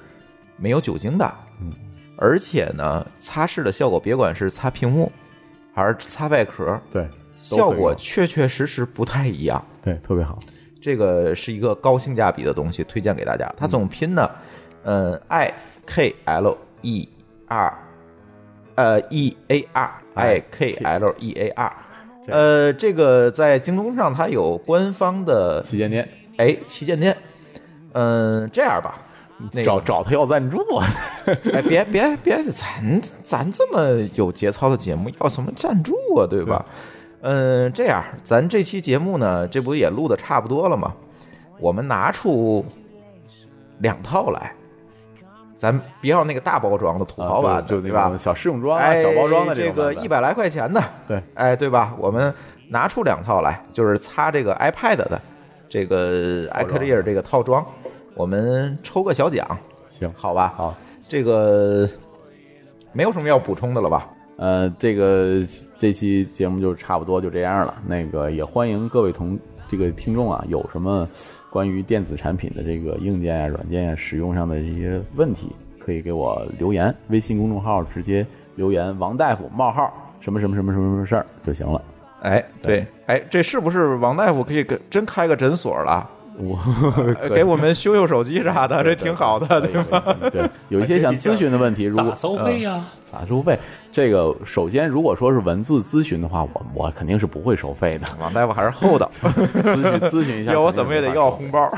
没有酒精的，嗯，而且呢，擦拭的效果别管是擦屏幕还是擦外壳，对都会效果用确确实实不太一样。对特别好，这个是一个高性价比的东西，推荐给大家。它总拼呢，嗯，i k l e r，呃，e a r i k l e a r，这呃，这个在京东上它有官方的旗舰店哎旗舰店。嗯，这样吧，那找个找他要赞助啊，哎，别别别，咱咱这么有节操的节目，要什么赞助啊，对吧？嗯，这样，咱这期节目呢，这不也录的差不多了吗？我们拿出两套来，咱不要那个大包装的土豪版啊的，就就对那吧种？小试用装啊，哎，小包装的这种个版本一百来块钱的，对，哎，对吧？我们拿出两套来，就是擦这个 iPad 的这个套装 iClear 这个套装，我们抽个小奖，行好吧？好。这个没有什么要补充的了吧？呃，这个这期节目就差不多就这样了。那个也欢迎各位同这个听众啊，有什么关于电子产品的这个硬件啊、软件啊使用上的这些问题，可以给我留言，微信公众号直接留言“王大夫冒号什么什么什么什么什么事儿”就行了。 哎，对，哎，这是不是王大夫可以给真开个诊所了？我呃给我们修修手机啥的，这挺好的，对吧？对对，有一些想咨询的问题，如果 咋收费呀、咋收费？这个首先，如果说是文字咨询的话，我我肯定是不会收费的。 王大夫还是厚道，咨询咨询一下， 要我怎么也得要红包。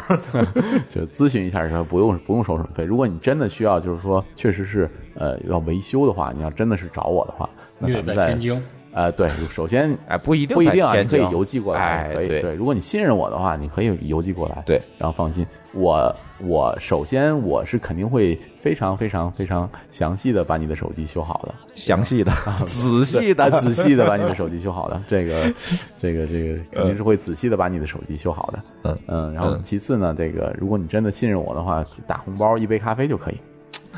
就咨询一下，说不用不用收什么费。如果你真的需要，就是说确实是呃要维修的话，你要真的是找我的话，嗯那你咱得们在再天津，呃对，首先 哎，不一定不一在定啊，你天可津以邮寄过来，哎，可以对，如果你信任我的话，你可以邮寄过来，对，然后放心，我我首先我是肯定会非常非常非常详细的把你的手机修好的，详细的、啊 仔细 再的、仔细的把你的手机修好的，这个，这个，这个肯定是会仔细的把你的手机修好的。嗯然后嗯其次呢，这个如果你真的信任我的话，打红包一杯咖啡就可以，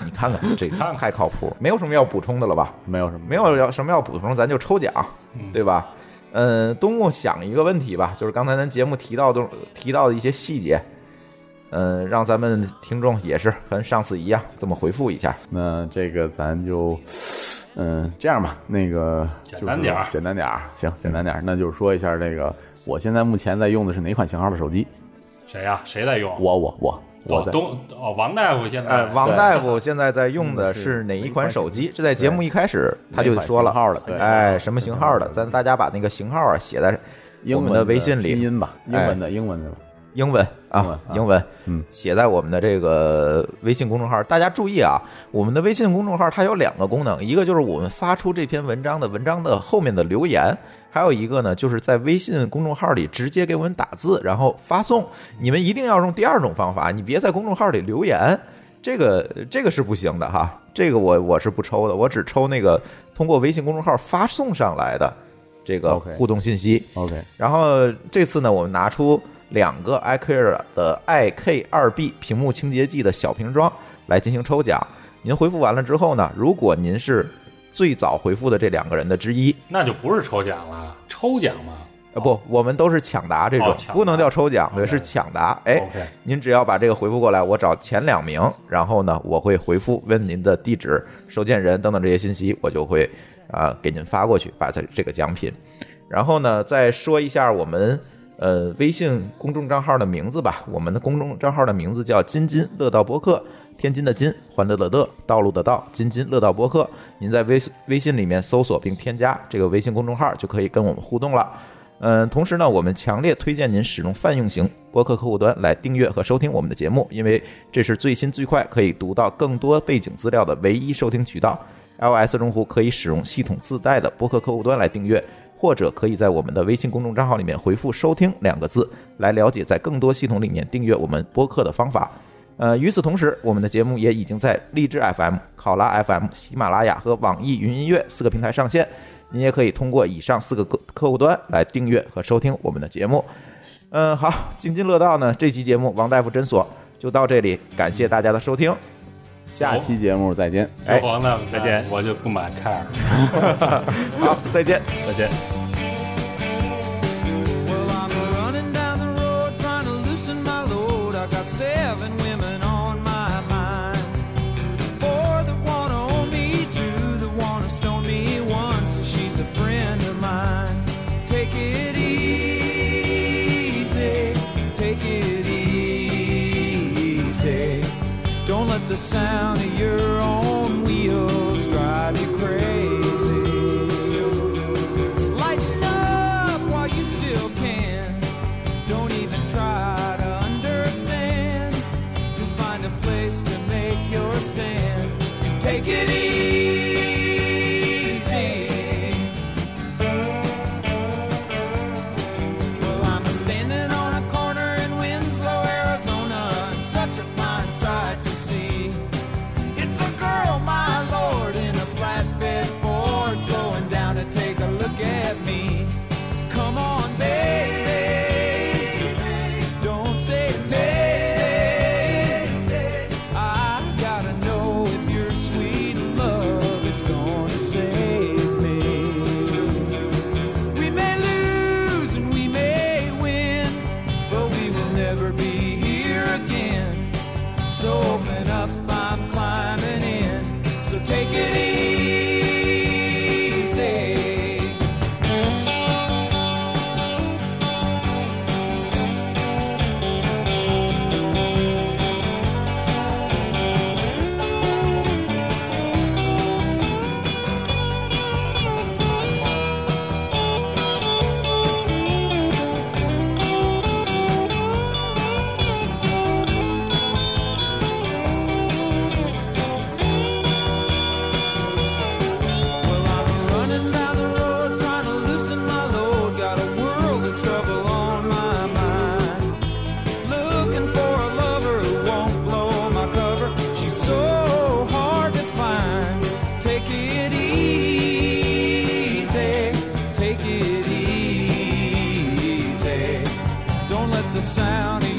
你看看 这个太靠谱，没有什么要补充的了吧？没有什么没有要什么要补充，咱就抽奖，对吧？嗯，东木想一个问题吧，就是刚才咱节目提到的提到的一些细节，嗯，让咱们听众也是跟上次一样这么回复一下。那这个咱就，嗯、这样吧，那个简单点儿就是简单点儿，行，简单点儿。那就是说一下这个，我现在目前在用的是哪款型号的手机？谁呀、谁在用？我我我我哦在东哦，王大夫现在、呃，王大夫现在在用的嗯是哪一款手机？这在节目一开始他就说哪款型了号的，对哎，什么型号的？咱大家把那个型号啊写在英我文们的微信拼里，哎音吧，英文的英文的吧，英文英文啊啊，英文，嗯，写在我们的这个微信公众号。大家注意啊，我们的微信公众号它有两个功能，一个就是我们发出这篇文章的文章的后面的留言，还有一个呢就是在微信公众号里直接给我们打字，然后发送。你们一定要用第二种方法，你别在公众号里留言，这个这个是不行的哈，这个我我是不抽的，我只抽那个通过微信公众号发送上来的这个 OK 互动信息。 OK，然后这次呢，我们拿出两个 iClear 的 iK 二 B 屏幕清洁剂的小瓶装来进行抽奖。您回复完了之后呢，如果您是最早回复的这两个人的之一，那就不是抽奖了，抽奖嘛。啊不，我们都是抢答这种哦，抢答哦不能叫抽奖，对， OK 是抢答。哎 OK，您只要把这个回复过来，我找前两名，然后呢，我会回复问您的地址、收件人等等这些信息，我就会啊、给您发过去，把这这个奖品。然后呢，再说一下我们呃微信公众账号的名字吧。我们的公众账号的名字叫“津津乐道播客”，天津的津，欢乐的乐，道路的道，津津乐道播客。您在微微信里面搜索并添加这个微信公众号，就可以跟我们互动了。嗯，同时呢，我们强烈推荐您使用泛用型播客客户端来订阅和收听我们的节目，因为这是最新最快可以读到更多背景资料的唯一收听渠道。iOS 用户可以使用系统自带的播客客户端来订阅，或者可以在我们的微信公众账号里面回复“收听”两个字，来了解在更多系统里面订阅我们播客的方法。呃，与此同时，我们的节目也已经在荔枝 FM、考拉 FM、喜马拉雅和网易云音乐四个平台上线。您也可以通过以上四个客客户端来订阅和收听我们的节目。嗯，好，津津乐道呢，这期节目《王大夫诊所》就到这里，感谢大家的收听。下期节目再见。哎有黄大夫再见我就不买 care。好，再见。再见。 Well, I'm running down the road trying to loosen my load. I got seven women on my mind. Four that wanna own me, two that wanna stone me, one so she's a friend of mine. Take it easy, take it easy. Don't let the sound of your own wheels drive you crazy. Lighten up while you still can. Don't even try to understand. Just find a place to make your stand and take it easy. Well, I'm standing on a corner in Winslow, Arizona, and such a fine sight to see. It's a girl, my lord, in a flatbed Ford, slowing down to take a look at me. Come on, baby, don't say nay. I gotta know if your sweet love is gonna save me. We may lose and we may win, but we will never be here again. So open up, I'm climbing in. So take it easy. Well, I'm running down the road trying to loosen my load. Got a world of trouble on my mind. Looking for a lover who won't blow my cover. She's so hard to find. Take it easy, take it easy. Don't let the sound of Oh,